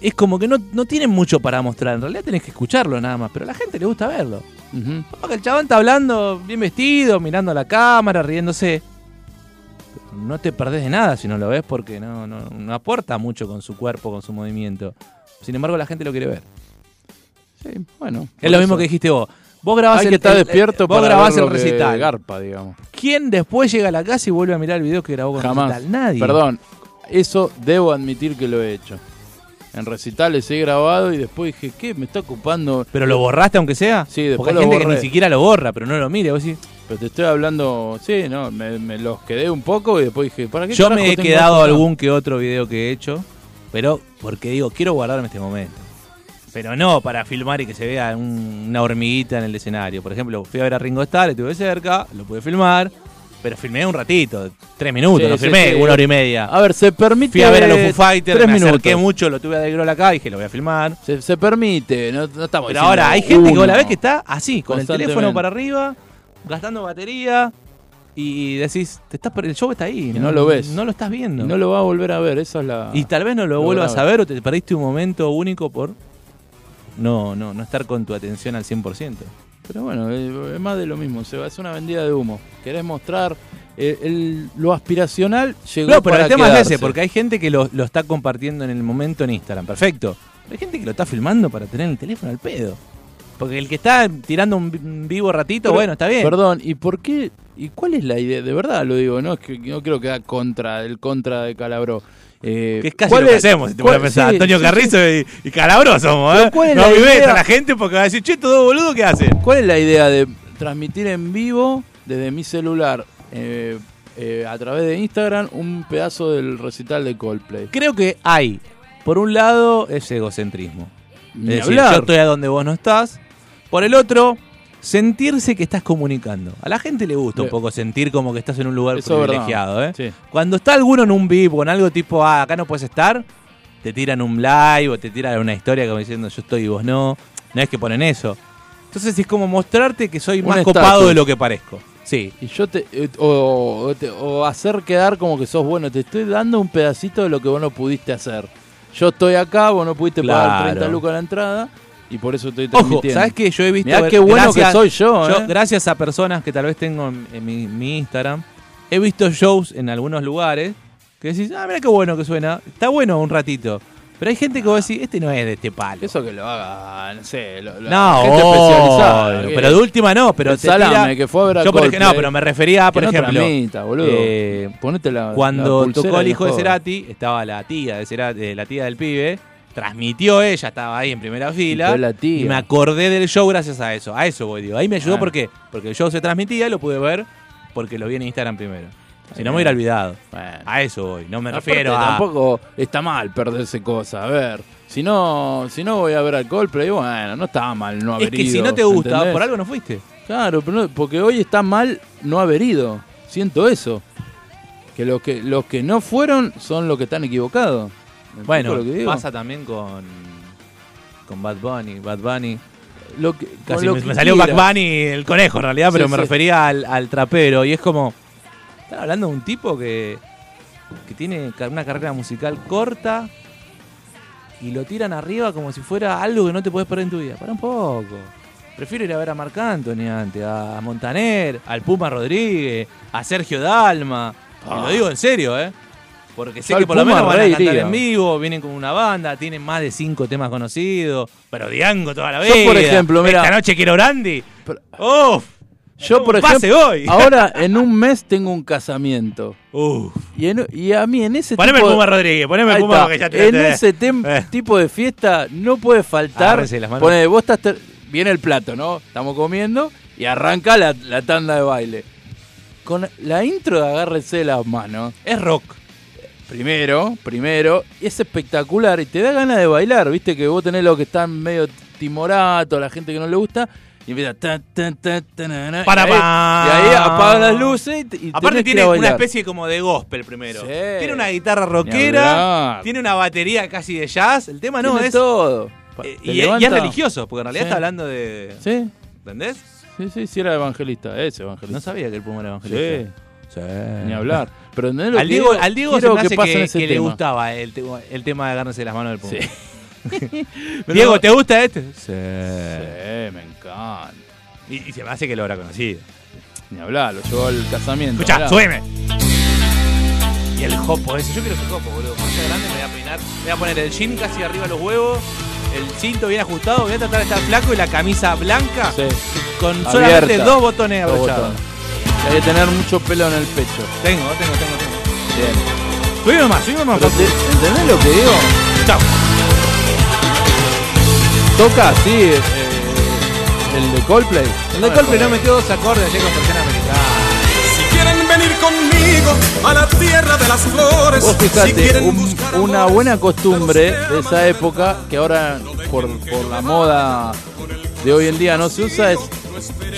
[SPEAKER 2] Es como que no, no tienen mucho para mostrar, en realidad tenés que escucharlo nada más, pero a la gente le gusta verlo.
[SPEAKER 3] Ujú.
[SPEAKER 2] Porque el chabón está hablando bien vestido, mirando a la cámara, riéndose. No te perdés de nada si no lo ves porque no, no, no aporta mucho con su cuerpo, con su movimiento. Sin embargo, la gente lo quiere ver.
[SPEAKER 3] Sí, bueno.
[SPEAKER 2] Es lo mismo que dijiste vos. Vos grabás
[SPEAKER 3] Hay
[SPEAKER 2] el,
[SPEAKER 3] que estar
[SPEAKER 2] el-
[SPEAKER 3] despierto
[SPEAKER 2] vos
[SPEAKER 3] para
[SPEAKER 2] grabás
[SPEAKER 3] ver
[SPEAKER 2] el
[SPEAKER 3] lo que
[SPEAKER 2] recital.
[SPEAKER 3] garpa, digamos.
[SPEAKER 2] ¿Quién después llega a la casa y vuelve a mirar el video que grabó con
[SPEAKER 3] Jamás.
[SPEAKER 2] el recital? Nadie.
[SPEAKER 3] Perdón, eso debo admitir que lo he hecho. En recitales he grabado y después dije, ¿qué? Me está ocupando.
[SPEAKER 2] ¿Pero lo borraste aunque sea?
[SPEAKER 3] Sí, después
[SPEAKER 2] Porque hay
[SPEAKER 3] lo
[SPEAKER 2] gente que
[SPEAKER 3] borré.
[SPEAKER 2] ni siquiera lo borra, pero no lo mire. Vos decís,
[SPEAKER 3] Pero te estoy hablando. Sí, no, me, me los quedé un poco y después dije, ¿para qué?
[SPEAKER 2] Yo
[SPEAKER 3] carajo
[SPEAKER 2] me he
[SPEAKER 3] tengo
[SPEAKER 2] quedado
[SPEAKER 3] esto?
[SPEAKER 2] algún que otro video que he hecho, pero porque digo, quiero guardarme este momento. Pero no para filmar y que se vea un- una hormiguita en el escenario. Por ejemplo, fui a ver a Ringo Starr, estuve cerca, lo pude filmar, pero filmé un ratito, tres minutos,
[SPEAKER 3] Sí,
[SPEAKER 2] no
[SPEAKER 3] sí,
[SPEAKER 2] filmé
[SPEAKER 3] sí.
[SPEAKER 2] una hora y media. Ah,
[SPEAKER 3] A ver, se permite.
[SPEAKER 2] Fui a ver a los Foo Fighters,
[SPEAKER 3] tres
[SPEAKER 2] me
[SPEAKER 3] minutos.
[SPEAKER 2] acerqué mucho, lo tuve a De Grohl acá, dije, lo voy a filmar.
[SPEAKER 3] Se, se permite, no, no
[SPEAKER 2] Pero
[SPEAKER 3] estamos diciendo
[SPEAKER 2] ahora hay gente que vos la
[SPEAKER 3] uno.
[SPEAKER 2] ves que está así, con el teléfono
[SPEAKER 3] Constantemente.
[SPEAKER 2] para arriba, gastando batería, y decís, te estás, per- el show está ahí.
[SPEAKER 3] no lo ves.
[SPEAKER 2] No lo estás
[SPEAKER 3] Y
[SPEAKER 2] viendo.
[SPEAKER 3] No lo va a volver a ver, esa es la.
[SPEAKER 2] Y tal vez no lo,
[SPEAKER 3] Ah. Lo
[SPEAKER 2] vuelvas
[SPEAKER 3] grabas.
[SPEAKER 2] a ver o te perdiste un momento único por no, no, no estar con tu atención al 100%.
[SPEAKER 3] Pero bueno, eh, es más de lo mismo, Seba, es una vendida de humo. Querés mostrar eh, el- lo aspiracional, llegó
[SPEAKER 2] No, pero
[SPEAKER 3] para
[SPEAKER 2] el tema es
[SPEAKER 3] quedarse.
[SPEAKER 2] ese, porque hay gente que lo, lo está compartiendo en el momento en Instagram, perfecto. Pero hay gente que lo está filmando para tener el teléfono al pedo. Porque el que está tirando un vi- un vivo ratito,
[SPEAKER 3] Pero,
[SPEAKER 2] bueno, está bien.
[SPEAKER 3] Perdón, ¿y por qué? ¿Y cuál es la idea? De verdad lo digo, no es que no creo que da contra, el contra de Calabró. Eh,
[SPEAKER 2] Que es casi
[SPEAKER 3] ¿cuál
[SPEAKER 2] lo que
[SPEAKER 3] es-
[SPEAKER 2] hacemos, si te
[SPEAKER 3] cuál-
[SPEAKER 2] pones a pensar.
[SPEAKER 3] sí,
[SPEAKER 2] Antonio
[SPEAKER 3] sí,
[SPEAKER 2] Carrizo
[SPEAKER 3] sí.
[SPEAKER 2] y, y Calabro somos,
[SPEAKER 3] Pero
[SPEAKER 2] ¿eh?
[SPEAKER 3] ¿cuál es
[SPEAKER 2] No
[SPEAKER 3] la
[SPEAKER 2] vivés
[SPEAKER 3] idea?
[SPEAKER 2] a la gente porque va a decir, che, estos dos boludos, ¿qué hacen?
[SPEAKER 3] ¿Cuál es la idea de transmitir en vivo desde mi celular eh, eh, a través de Instagram un pedazo del recital de Coldplay?
[SPEAKER 2] Creo que hay, por un lado, es egocentrismo. Es
[SPEAKER 3] Ni
[SPEAKER 2] decir,
[SPEAKER 3] hablar.
[SPEAKER 2] yo estoy a donde vos no estás. Por el otro, sentirse que estás comunicando. A la gente le gusta un
[SPEAKER 3] Le-
[SPEAKER 2] poco sentir como que estás en un lugar
[SPEAKER 3] Eso es verdad.
[SPEAKER 2] privilegiado. ¿eh?
[SPEAKER 3] Sí.
[SPEAKER 2] Cuando está alguno en un VIP o en algo tipo, ah, acá no puedes estar, te tiran un live o te tiran una historia como diciendo yo estoy y vos no. No es que ponen eso. Entonces es como mostrarte que soy
[SPEAKER 3] Un
[SPEAKER 2] más
[SPEAKER 3] estatus.
[SPEAKER 2] copado de lo que parezco. Sí.
[SPEAKER 3] Y yo te, eh, o, o te- o hacer quedar como que sos bueno, te estoy dando un pedacito de lo que vos no pudiste hacer. Yo estoy acá, vos no pudiste pagar
[SPEAKER 2] Claro.
[SPEAKER 3] 30 lucas a la entrada y por eso estoy
[SPEAKER 2] Ojo,
[SPEAKER 3] transmitiendo.
[SPEAKER 2] ¿sabes qué? Yo he visto.
[SPEAKER 3] Mirá
[SPEAKER 2] ver-
[SPEAKER 3] qué bueno que soy yo, ¿eh?
[SPEAKER 2] Gracias a personas que tal vez tengo en, en mi, mi Instagram, he visto shows en algunos lugares que decís, ah, mira qué bueno que suena. Está bueno un ratito. Pero hay gente que vos decís, este no es de este palo.
[SPEAKER 3] Eso que lo haga, no sé, lo- lo-
[SPEAKER 2] no,
[SPEAKER 3] gente especializada.
[SPEAKER 2] obvio,
[SPEAKER 3] que-
[SPEAKER 2] pero de última no, pero
[SPEAKER 3] El
[SPEAKER 2] te tira-
[SPEAKER 3] salame que fue a ver a
[SPEAKER 2] Yo, por ejemplo,
[SPEAKER 3] Coldplay.
[SPEAKER 2] no, pero me refería,
[SPEAKER 3] que
[SPEAKER 2] por
[SPEAKER 3] no
[SPEAKER 2] ejemplo,
[SPEAKER 3] transmita, boludo.
[SPEAKER 2] eh,
[SPEAKER 3] Ponete la-
[SPEAKER 2] cuando
[SPEAKER 3] la pulsera
[SPEAKER 2] tocó el
[SPEAKER 3] y no
[SPEAKER 2] hijo de
[SPEAKER 3] jodas.
[SPEAKER 2] Cerati, estaba la tía de Cerati, eh, la tía del pibe, transmitió ella, estaba ahí en primera fila.
[SPEAKER 3] fue la tía.
[SPEAKER 2] y me acordé del show gracias a eso, a eso voy, digo. Ahí me ayudó
[SPEAKER 3] Ah.
[SPEAKER 2] porque, porque el show se transmitía y lo pude ver porque lo vi en Instagram primero. Si no
[SPEAKER 3] bien.
[SPEAKER 2] me hubiera olvidado.
[SPEAKER 3] Bueno.
[SPEAKER 2] A eso voy, no me
[SPEAKER 3] Aparte,
[SPEAKER 2] refiero a.
[SPEAKER 3] Tampoco está mal perderse cosas, a ver. Si no, si no voy a ver al Coldplay, bueno, no está mal no
[SPEAKER 2] es
[SPEAKER 3] haber
[SPEAKER 2] que si
[SPEAKER 3] ido,
[SPEAKER 2] no te gusta,
[SPEAKER 3] ¿entendés?
[SPEAKER 2] por algo no fuiste.
[SPEAKER 3] Claro, pero no- porque hoy está mal no haber ido. Siento eso. Que los que, los que no fueron son los que están equivocados. ¿Me
[SPEAKER 2] Bueno,
[SPEAKER 3] explico lo que digo?
[SPEAKER 2] pasa también con. con Bad Bunny. Bad Bunny.
[SPEAKER 3] Lo que-
[SPEAKER 2] Casi
[SPEAKER 3] con lo
[SPEAKER 2] me,
[SPEAKER 3] que
[SPEAKER 2] me salió
[SPEAKER 3] quiera.
[SPEAKER 2] Bad Bunny el conejo en realidad,
[SPEAKER 3] Sí,
[SPEAKER 2] pero me
[SPEAKER 3] sí.
[SPEAKER 2] refería al, al trapero. Y es como. Están hablando de un tipo que. que tiene ca- una carrera musical corta. Y lo tiran arriba como si fuera algo que no te puedes perder en tu vida. Para un poco. Prefiero ir a ver a Marc Anthony antes, a Montaner, al Puma Rodríguez, a Sergio Dalma. Y lo digo en serio, ¿eh? Porque sé
[SPEAKER 3] Ah. Yo
[SPEAKER 2] que
[SPEAKER 3] al
[SPEAKER 2] por lo
[SPEAKER 3] Puma
[SPEAKER 2] menos van a
[SPEAKER 3] re
[SPEAKER 2] cantar
[SPEAKER 3] iría.
[SPEAKER 2] en vivo, vienen con una banda, tienen más de cinco temas conocidos, pero Diango toda la
[SPEAKER 3] Yo,
[SPEAKER 2] vida.
[SPEAKER 3] por ejemplo, mirá-
[SPEAKER 2] Esta noche quiero Brandy.
[SPEAKER 3] Pero-
[SPEAKER 2] Uf.
[SPEAKER 3] Yo, por
[SPEAKER 2] Un pase
[SPEAKER 3] ejemplo,
[SPEAKER 2] hoy.
[SPEAKER 3] [LAUGHS] ahora en un mes tengo un casamiento.
[SPEAKER 2] Uf.
[SPEAKER 3] Y, en- y a mí en ese
[SPEAKER 2] Poneme el
[SPEAKER 3] tipo
[SPEAKER 2] Puma Rodríguez, poneme el
[SPEAKER 3] Ahí
[SPEAKER 2] Puma
[SPEAKER 3] está.
[SPEAKER 2] porque ya te
[SPEAKER 3] En ese tem-
[SPEAKER 2] Eh.
[SPEAKER 3] tipo de fiesta no puede faltar.
[SPEAKER 2] Agárrese las manos.
[SPEAKER 3] Ponele, vos estás ter- viene el plato, ¿no? Estamos comiendo y arranca la, la tanda de baile. Con la intro de Agárrese las manos,
[SPEAKER 2] Es rock.
[SPEAKER 3] primero, primero, y es espectacular y te da ganas de bailar, viste que vos tenés los que están medio timorato, la gente que no le gusta. Y empieza. ta, ta, ta, ta, na, na,
[SPEAKER 2] Para,
[SPEAKER 3] y, ahí,
[SPEAKER 2] pa.
[SPEAKER 3] y ahí apagan las luces. Y, te- y
[SPEAKER 2] Aparte
[SPEAKER 3] tenés que ir
[SPEAKER 2] tiene
[SPEAKER 3] a
[SPEAKER 2] una
[SPEAKER 3] bailar.
[SPEAKER 2] especie como de gospel primero.
[SPEAKER 3] Sí.
[SPEAKER 2] Tiene una guitarra
[SPEAKER 3] Ni
[SPEAKER 2] rockera,
[SPEAKER 3] hablar.
[SPEAKER 2] tiene una batería casi de jazz. El tema ah, no
[SPEAKER 3] Tiene
[SPEAKER 2] es...
[SPEAKER 3] todo.
[SPEAKER 2] eh,
[SPEAKER 3] Te
[SPEAKER 2] y, y es
[SPEAKER 3] levanta.
[SPEAKER 2] religioso, porque en realidad
[SPEAKER 3] Sí.
[SPEAKER 2] está hablando de...
[SPEAKER 3] Sí.
[SPEAKER 2] ¿Entendés?
[SPEAKER 3] Sí, sí, sí era evangelista, ese evangelista.
[SPEAKER 2] No sabía que el Puma era
[SPEAKER 3] Sí,
[SPEAKER 2] evangelista. Sí.
[SPEAKER 3] ni hablar. Pero ¿entendés lo
[SPEAKER 2] Al
[SPEAKER 3] que
[SPEAKER 2] Diego,
[SPEAKER 3] digo?
[SPEAKER 2] al Diego se
[SPEAKER 3] Quiero
[SPEAKER 2] me hace
[SPEAKER 3] pase en
[SPEAKER 2] que,
[SPEAKER 3] ese
[SPEAKER 2] que le
[SPEAKER 3] tema.
[SPEAKER 2] gustaba el, te- el tema de agarrarse las manos del Puma.
[SPEAKER 3] Sí.
[SPEAKER 2] [LAUGHS]
[SPEAKER 3] Pero-
[SPEAKER 2] Diego, ¿te gusta este?
[SPEAKER 3] Sí, me encanta.
[SPEAKER 2] Y, y se me hace que lo habrá conocido.
[SPEAKER 3] Ni hablar, lo llevó al casamiento.
[SPEAKER 2] Escuchá,
[SPEAKER 3] hablá.
[SPEAKER 2] subeme. Y el jopo ese. Yo quiero ese jopo, boludo. Cuando sea grande me voy a peinar. Me voy a poner el jean casi arriba de los huevos. El cinto bien ajustado. Voy a tratar de estar flaco y la camisa blanca
[SPEAKER 3] Sí.
[SPEAKER 2] con
[SPEAKER 3] Abierta.
[SPEAKER 2] solamente dos botones
[SPEAKER 3] Dos
[SPEAKER 2] abrochados.
[SPEAKER 3] botones. Hay que tener mucho pelo en el pecho.
[SPEAKER 2] Tengo, tengo, tengo, tengo. [LAUGHS]
[SPEAKER 3] Bien.
[SPEAKER 2] Subime más, subime más.
[SPEAKER 3] Pero
[SPEAKER 2] papu.
[SPEAKER 3] te- ¿Entendés lo que digo?
[SPEAKER 2] Chau.
[SPEAKER 3] Toca así eh, el de Coldplay.
[SPEAKER 2] El
[SPEAKER 8] Ah,
[SPEAKER 2] de Coldplay no metió dos acordes ayer con Persiana Americana.
[SPEAKER 8] Si quieren venir conmigo a la tierra de las flores.
[SPEAKER 3] Vos
[SPEAKER 8] si
[SPEAKER 3] fijate,
[SPEAKER 8] quieren
[SPEAKER 3] un-
[SPEAKER 8] buscar
[SPEAKER 3] una
[SPEAKER 8] amores,
[SPEAKER 3] buena costumbre de esa
[SPEAKER 8] pero
[SPEAKER 3] época, que ahora por, por la moda de hoy en día no se usa, es.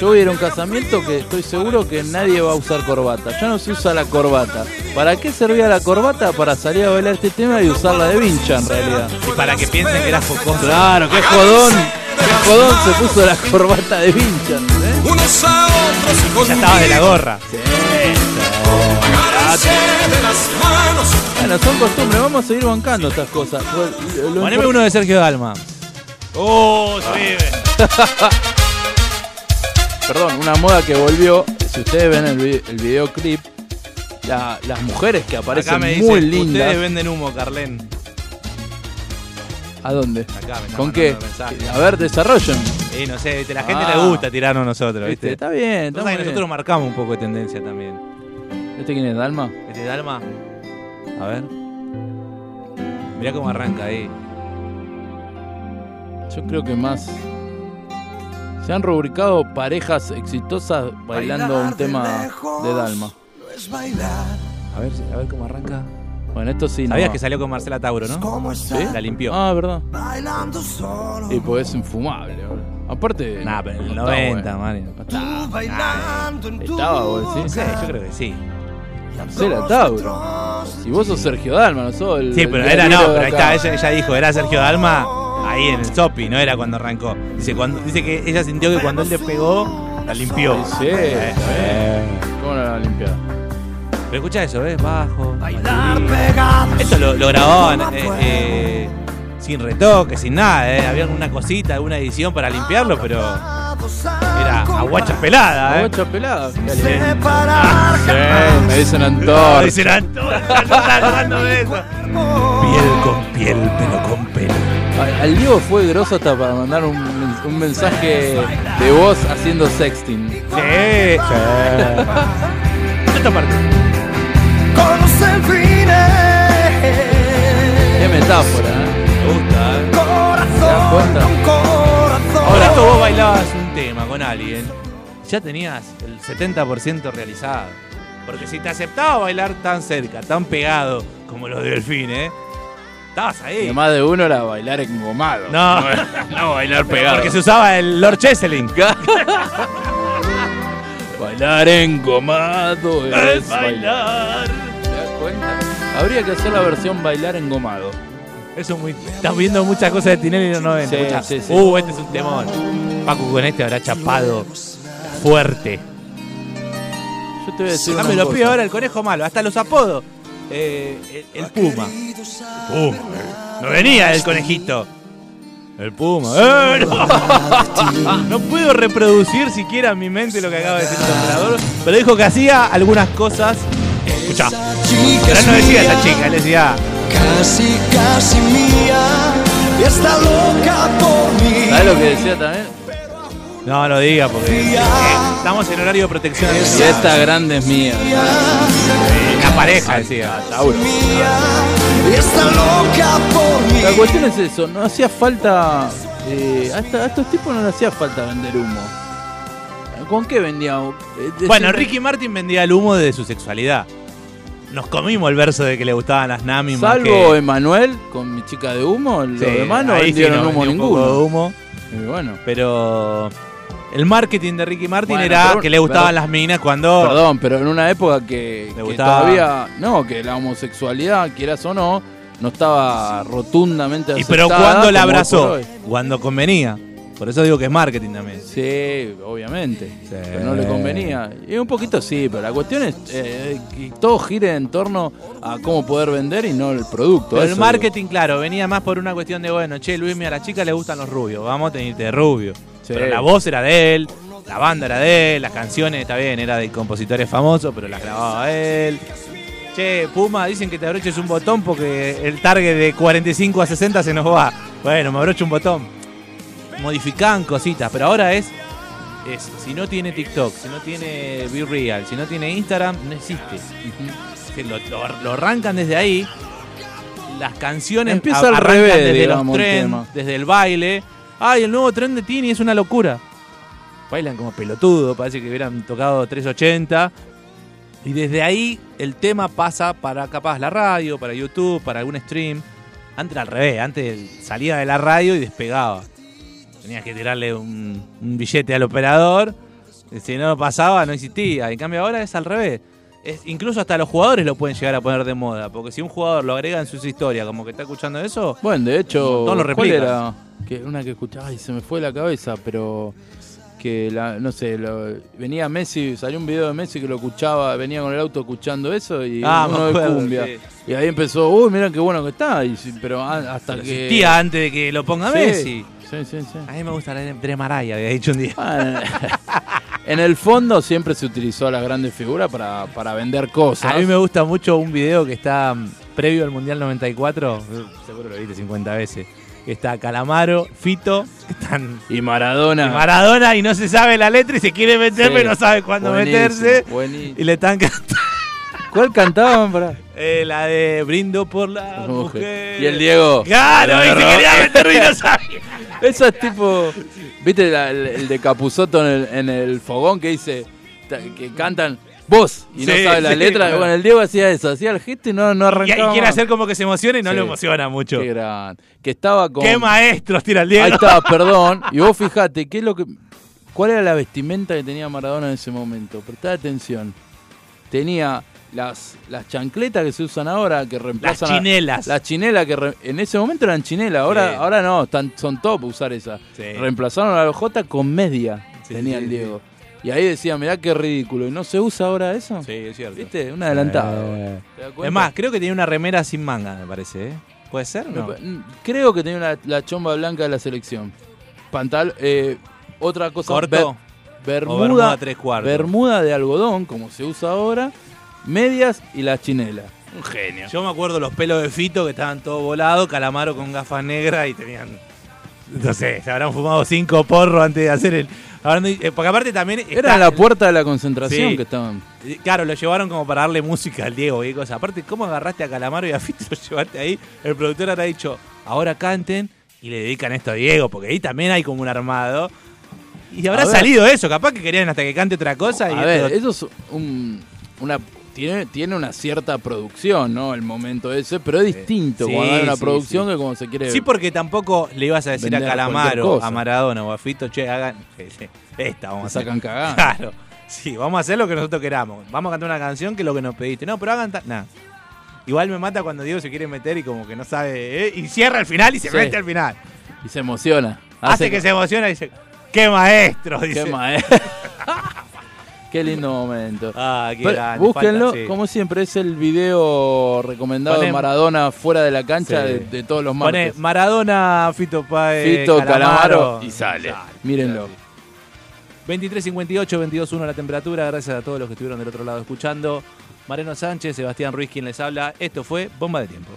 [SPEAKER 3] Yo voy a ir a un casamiento que estoy seguro que nadie va a usar corbata. Ya no se usa la corbata. ¿Para qué servía la corbata? Para salir a bailar este tema y usarla de vincha en realidad.
[SPEAKER 2] Y para que piensen que era focoso.
[SPEAKER 3] Claro, qué jodón. Qué jodón se puso la corbata de vincha. ¿eh?
[SPEAKER 8] Unos a otros con
[SPEAKER 2] Ya estaba de la gorra.
[SPEAKER 8] de las manos.
[SPEAKER 3] Bueno, son costumbres, vamos a seguir bancando estas cosas. Lo- lo- lo
[SPEAKER 2] Poneme uno de Sergio Dalma. Oh,
[SPEAKER 3] Ah,
[SPEAKER 2] sí.
[SPEAKER 3] Perdón, una moda que volvió. Si ustedes ven el, vi- el videoclip, la- las mujeres que aparecen
[SPEAKER 2] Acá me dice,
[SPEAKER 3] muy lindas.
[SPEAKER 2] ustedes venden humo, Carlén.
[SPEAKER 3] ¿A dónde?
[SPEAKER 2] Acá me está
[SPEAKER 3] ¿Con
[SPEAKER 2] mandando
[SPEAKER 3] qué?
[SPEAKER 2] mensajes.
[SPEAKER 3] A ver, desarrollen.
[SPEAKER 2] Eh, no sé, viste, la gente
[SPEAKER 3] Ah.
[SPEAKER 2] le gusta tirarnos nosotros,
[SPEAKER 3] ¿Viste?
[SPEAKER 2] ¿viste?
[SPEAKER 3] Está bien, está
[SPEAKER 2] Pasa
[SPEAKER 3] muy
[SPEAKER 2] que nosotros
[SPEAKER 3] bien.
[SPEAKER 2] marcamos un poco de tendencia también.
[SPEAKER 3] ¿Este quién es, Dalma?
[SPEAKER 2] Este Dalma. A ver. Mirá cómo arranca ahí.
[SPEAKER 3] Yo creo que más. Se han rubricado parejas exitosas bailando un tema de Dalma.
[SPEAKER 2] A ver, a ver cómo arranca.
[SPEAKER 3] Bueno, esto sí, no
[SPEAKER 2] Sabías
[SPEAKER 3] va.
[SPEAKER 2] que salió con Marcela Tauro, ¿no?
[SPEAKER 3] ¿Sí?
[SPEAKER 2] La limpió.
[SPEAKER 3] Ah, verdad. Y pues es infumable, boludo. Aparte.
[SPEAKER 2] Nah, pero en el
[SPEAKER 3] no está
[SPEAKER 2] 90,
[SPEAKER 3] bueno.
[SPEAKER 2] Mario.
[SPEAKER 3] No está- Estaba, vos
[SPEAKER 2] No
[SPEAKER 3] decís.
[SPEAKER 2] sé, yo creo que sí.
[SPEAKER 3] Marcela Tauro. Si vos sos Sergio Dalma, no sos el.
[SPEAKER 2] Sí,
[SPEAKER 3] el
[SPEAKER 2] pero era no,
[SPEAKER 3] viajero de
[SPEAKER 2] pero ahí
[SPEAKER 3] acá.
[SPEAKER 2] está, ella, ella dijo, era Sergio Dalma ahí en el Zopi, no era cuando arrancó. Dice, cuando, dice que ella sintió que cuando él le pegó, la limpió.
[SPEAKER 3] Sí,
[SPEAKER 2] Eh,
[SPEAKER 3] está bien. ¿Cómo la van a limpiar?
[SPEAKER 2] Pero escucha eso, ¿ves? Bajo. Esto lo, lo grababan eh, eh, sin retoque, sin nada, ¿eh? Había alguna cosita, alguna edición para limpiarlo, pero era aguacha pelada, ¿eh?
[SPEAKER 3] Bocha pelada. Qué lindo. Sí, me dicen Antor.
[SPEAKER 2] Dicen, "Antonio, no estás hablando de eso". Piel con piel, pelo con pelo.
[SPEAKER 3] A- Al Diego fue groso hasta para mandar un, un mensaje de voz haciendo sexting.
[SPEAKER 2] Sí. Esta parte.
[SPEAKER 3] Qué metáfora, ¿eh?
[SPEAKER 2] Me gusta, ¿eh?
[SPEAKER 3] ¿Te das cuenta?
[SPEAKER 2] Ahora esto vos bailabas un tema con alguien, ya tenías el 70% realizado. Porque si te aceptaba bailar tan cerca, tan pegado como los delfines, estabas
[SPEAKER 3] Y
[SPEAKER 2] ahí.
[SPEAKER 3] más de uno era bailar engomado.
[SPEAKER 2] No, [LAUGHS]
[SPEAKER 3] no bailar
[SPEAKER 2] porque se usaba el Lord Cheseling.
[SPEAKER 3] Bailar engomado es bailar.
[SPEAKER 2] bailar.
[SPEAKER 3] ¿Te das cuenta? Habría que hacer la versión bailar engomado.
[SPEAKER 2] Eso es muy. Estás viendo muchas cosas de Tinelli en los 90.
[SPEAKER 3] Sí,
[SPEAKER 2] muchas-
[SPEAKER 3] sí, sí.
[SPEAKER 2] Uh, este es un temón. Paco con este habrá chapado fuerte.
[SPEAKER 3] Yo te voy a decir
[SPEAKER 2] Ah,
[SPEAKER 3] una
[SPEAKER 2] me lo
[SPEAKER 3] cosa.
[SPEAKER 2] pido ahora el conejo malo, hasta los apodos. Eh, el, el Puma. Puma. eh. No venía el conejito. El Puma. ¡Eh, [LAUGHS] no! no puedo reproducir siquiera en mi mente lo que acaba de decir el operador, pero dijo que hacía algunas cosas escuchá. Pero él no decía esa chica, él decía.
[SPEAKER 9] Casi, casi mía, y está loca por mí.
[SPEAKER 3] ¿Sabes lo que decía también?
[SPEAKER 2] No, no diga porque. eh, estamos en horario de protección.
[SPEAKER 3] Si esta grande es mía.
[SPEAKER 2] La pareja decía.
[SPEAKER 9] Y está loca por mí.
[SPEAKER 3] La cuestión es eso, no hacía falta. eh, a, esta- a estos tipos no le hacía falta vender humo. ¿Con qué vendía? Eh, de-
[SPEAKER 2] Bueno, Ricky Martin vendía el humo de su sexualidad. Nos comimos el verso de que le gustaban las Nami más
[SPEAKER 3] Salvo
[SPEAKER 2] que-
[SPEAKER 3] Emanuel con mi chica de humo, los
[SPEAKER 2] Sí,
[SPEAKER 3] demás no
[SPEAKER 2] ahí sí
[SPEAKER 3] vendieron
[SPEAKER 2] no,
[SPEAKER 3] humo
[SPEAKER 2] vendió un poco de
[SPEAKER 3] ninguno.
[SPEAKER 2] humo,
[SPEAKER 3] Y bueno,
[SPEAKER 2] pero el marketing de Ricky Martin
[SPEAKER 3] Bueno,
[SPEAKER 2] era
[SPEAKER 3] pero-
[SPEAKER 2] que le gustaban
[SPEAKER 3] pero-
[SPEAKER 2] las minas cuando
[SPEAKER 3] perdón, pero en una época que, que
[SPEAKER 2] gustaba.
[SPEAKER 3] todavía. No, que la homosexualidad, quieras o no, no estaba rotundamente
[SPEAKER 2] y
[SPEAKER 3] aceptada.
[SPEAKER 2] pero cuando la
[SPEAKER 3] como hoy por
[SPEAKER 2] abrazó,
[SPEAKER 3] hoy.
[SPEAKER 2] cuando convenía. Por eso digo que es marketing también.
[SPEAKER 3] Sí, obviamente. Pero no le convenía. Y un poquito sí, pero la cuestión es eh, que todo gire en torno a cómo poder vender y no el producto.
[SPEAKER 2] Pero el
[SPEAKER 3] eso
[SPEAKER 2] marketing, claro, venía más por una cuestión de, bueno, che, Luis, a la chica le gustan los rubios, vamos a tenerte de rubio.
[SPEAKER 3] Sí.
[SPEAKER 2] Pero la voz era de él, la banda era de él, las canciones, está bien, era de compositores famosos, pero las grababa él. Che, Puma, dicen que te abroches un botón porque el target de 45 a 60 se nos va. Bueno, me abrocho un botón. Modificaban cositas, pero ahora es, es, si no tiene TikTok, si no tiene Be Real, si no tiene Instagram, no existe. Que lo, lo- lo arrancan desde ahí. Las canciones
[SPEAKER 3] Empieza
[SPEAKER 2] a-
[SPEAKER 3] al
[SPEAKER 2] arrancan
[SPEAKER 3] revés,
[SPEAKER 2] desde
[SPEAKER 3] digamos,
[SPEAKER 2] los
[SPEAKER 3] el
[SPEAKER 2] trends,
[SPEAKER 3] tema.
[SPEAKER 2] desde el baile. Ay, el nuevo tren de Tini es una locura. Bailan como pelotudo, parece que hubieran tocado 380. Y desde ahí el tema pasa para capaz la radio, para YouTube, para algún stream. Antes era al revés, antes salía de la radio y despegaba. Tenías que tirarle un, un billete al operador. Si no pasaba, no existía. En cambio ahora es al revés. Es- incluso hasta los jugadores lo pueden llegar a poner de moda. Porque si un jugador lo agrega en sus historias como que está escuchando eso,
[SPEAKER 3] Bueno, de hecho,
[SPEAKER 2] Un montón lo
[SPEAKER 3] ¿cuál
[SPEAKER 2] replican.
[SPEAKER 3] era? Que una que escuchaba, ay, se me fue la cabeza, pero que la, no sé, lo- venía Messi, salió un video de Messi que lo escuchaba, venía con el auto escuchando eso y
[SPEAKER 2] Ah, me
[SPEAKER 3] uno de
[SPEAKER 2] acuerdo,
[SPEAKER 3] cumbia.
[SPEAKER 2] sí.
[SPEAKER 3] Y ahí empezó, uy, miren qué bueno que está, y, sí, pero a- hasta
[SPEAKER 2] lo
[SPEAKER 3] que
[SPEAKER 2] existía antes de que lo ponga
[SPEAKER 3] Sí,
[SPEAKER 2] Messi.
[SPEAKER 3] Sí, sí, sí.
[SPEAKER 2] A mí me gusta la de Andrés Maraya, había dicho un día.
[SPEAKER 3] Bueno, en el fondo siempre se utilizó a las grandes figuras para, para vender
[SPEAKER 2] [LAUGHS]
[SPEAKER 3] cosas.
[SPEAKER 2] A mí me gusta mucho un video que está mm, previo al Mundial 94. mm, Seguro lo viste 50 veces. Está Calamaro, Fito, que están
[SPEAKER 3] Y Maradona.
[SPEAKER 2] y Maradona y no se sabe la letra y se quiere meter,
[SPEAKER 3] Ah. Sí.
[SPEAKER 2] pero no sabe cuándo
[SPEAKER 3] Buenísimo,
[SPEAKER 2] meterse.
[SPEAKER 3] buenísimo.
[SPEAKER 2] Y le están cantando
[SPEAKER 3] ¿Cuál cantaban? Para?
[SPEAKER 2] eh, la de Brindo por la
[SPEAKER 3] Las
[SPEAKER 2] mujer.
[SPEAKER 3] mujeres. Y el Diego.
[SPEAKER 2] Claro, y se
[SPEAKER 3] Agarró.
[SPEAKER 2] quería meter y
[SPEAKER 3] [LAUGHS]
[SPEAKER 2] no sabía.
[SPEAKER 3] Eso es tipo. ¿Viste la- el, el de Capuzoto en el, en el fogón que dice. ta- que cantan vos y no
[SPEAKER 2] Sí,
[SPEAKER 3] sabe la
[SPEAKER 2] sí,
[SPEAKER 3] letra?
[SPEAKER 2] claro.
[SPEAKER 3] Bueno, el Diego hacía eso, hacía el gesto y no,
[SPEAKER 2] Y,
[SPEAKER 3] no
[SPEAKER 2] y
[SPEAKER 3] arrancaba.
[SPEAKER 2] quiere
[SPEAKER 3] más.
[SPEAKER 2] hacer como que se emociona y no
[SPEAKER 3] Sí.
[SPEAKER 2] lo emociona mucho.
[SPEAKER 3] Qué
[SPEAKER 2] Qué,
[SPEAKER 3] gran. Que estaba con.
[SPEAKER 2] maestros tira el
[SPEAKER 3] Ahí
[SPEAKER 2] Diego.
[SPEAKER 3] está, perdón. Y vos fijate, ¿qué es lo que, ¿cuál era la vestimenta que tenía Maradona en ese momento? Prestad atención. Tenía las, las chancletas que se usan ahora, que reemplazan. a-
[SPEAKER 2] chinelas.
[SPEAKER 3] las chinelas que re- en ese momento eran chinelas, ahora,
[SPEAKER 2] Sí.
[SPEAKER 3] ahora no, están, son top usar esas.
[SPEAKER 2] Sí.
[SPEAKER 3] Reemplazaron a los J con media,
[SPEAKER 2] Sí,
[SPEAKER 3] tenía
[SPEAKER 2] sí,
[SPEAKER 3] el
[SPEAKER 2] sí.
[SPEAKER 3] Diego. Y ahí decía, mirá qué ridículo. ¿Y no se usa ahora eso?
[SPEAKER 2] Sí, es cierto.
[SPEAKER 3] ¿Viste? Un adelantado.
[SPEAKER 2] Eh.
[SPEAKER 3] ¿Te das cuenta?
[SPEAKER 2] Es más, creo que tenía una remera sin manga, me parece. ¿eh? ¿Puede ser?
[SPEAKER 3] Me
[SPEAKER 2] No.
[SPEAKER 3] pa- n- Creo que tenía una- la chomba blanca de la selección. Pantal, eh, otra cosa.
[SPEAKER 2] Corto.
[SPEAKER 3] ver- bermuda,
[SPEAKER 2] O bermuda tres cuartos.
[SPEAKER 3] bermuda de algodón, como se usa ahora, medias y la chinela. Un genio.
[SPEAKER 2] Yo me acuerdo los pelos de Fito que estaban todos volados, calamaro con gafas negras y tenían. No sé, se habrán fumado cinco porros antes de hacer el. habrán- eh, Porque aparte también. está-
[SPEAKER 3] Era la puerta de la concentración
[SPEAKER 2] Sí.
[SPEAKER 3] que estaban.
[SPEAKER 2] eh, Claro, lo llevaron como para darle música al Diego y cosas. Aparte, ¿cómo agarraste a Calamaro y a Fito [LAUGHS] lo llevaste ahí? El productor habrá dicho, ahora canten y le dedican esto a Diego, porque ahí también hay como un armado. Y habrá
[SPEAKER 3] A ver.
[SPEAKER 2] salido eso, capaz que querían hasta que cante otra cosa. y
[SPEAKER 3] A ver,
[SPEAKER 2] esto-
[SPEAKER 3] eso es un- una. Tiene, tiene una cierta producción, ¿no? El momento ese, pero es distinto
[SPEAKER 2] Sí,
[SPEAKER 3] cuando hay una
[SPEAKER 2] sí,
[SPEAKER 3] producción
[SPEAKER 2] sí.
[SPEAKER 3] que como se quiere.
[SPEAKER 2] Sí, porque tampoco le ibas a decir a
[SPEAKER 3] Vender cualquier
[SPEAKER 2] Calamaro,
[SPEAKER 3] cosa.
[SPEAKER 2] a Maradona o a Fito, che, hagan esta, vamos a hacer.
[SPEAKER 3] sacan cagando.
[SPEAKER 2] Claro. Sí, vamos a hacer lo que nosotros queramos. Vamos a cantar una canción que es lo que nos pediste. No, pero hagan tal. Nah. Igual me mata cuando Diego se quiere meter y como que no sabe. ¿eh? Y cierra al final y se
[SPEAKER 3] Sí.
[SPEAKER 2] mete al final.
[SPEAKER 3] Y se emociona.
[SPEAKER 2] Hace, que se emociona y dice. ¡Qué maestro! Dice.
[SPEAKER 3] Qué mae- ¿eh? [LAUGHS] Qué lindo momento.
[SPEAKER 2] Ah, qué
[SPEAKER 3] Pero
[SPEAKER 2] grande,
[SPEAKER 3] búsquenlo,
[SPEAKER 2] falta, sí.
[SPEAKER 3] como siempre, es el video recomendado
[SPEAKER 2] Poné-
[SPEAKER 3] de Maradona fuera de la cancha
[SPEAKER 2] Sí.
[SPEAKER 3] de, de todos los
[SPEAKER 2] Pone
[SPEAKER 3] martes.
[SPEAKER 2] Maradona, Fito Páez,
[SPEAKER 3] Fito, Calamaro,
[SPEAKER 2] Calamaro
[SPEAKER 3] y sale. Mírenlo.
[SPEAKER 2] 23.58, 22.1 la temperatura. Gracias a todos los que estuvieron del otro lado escuchando. Mariano Sánchez, Sebastián Ruiz quien les habla. Esto fue Bomba de Tiempo.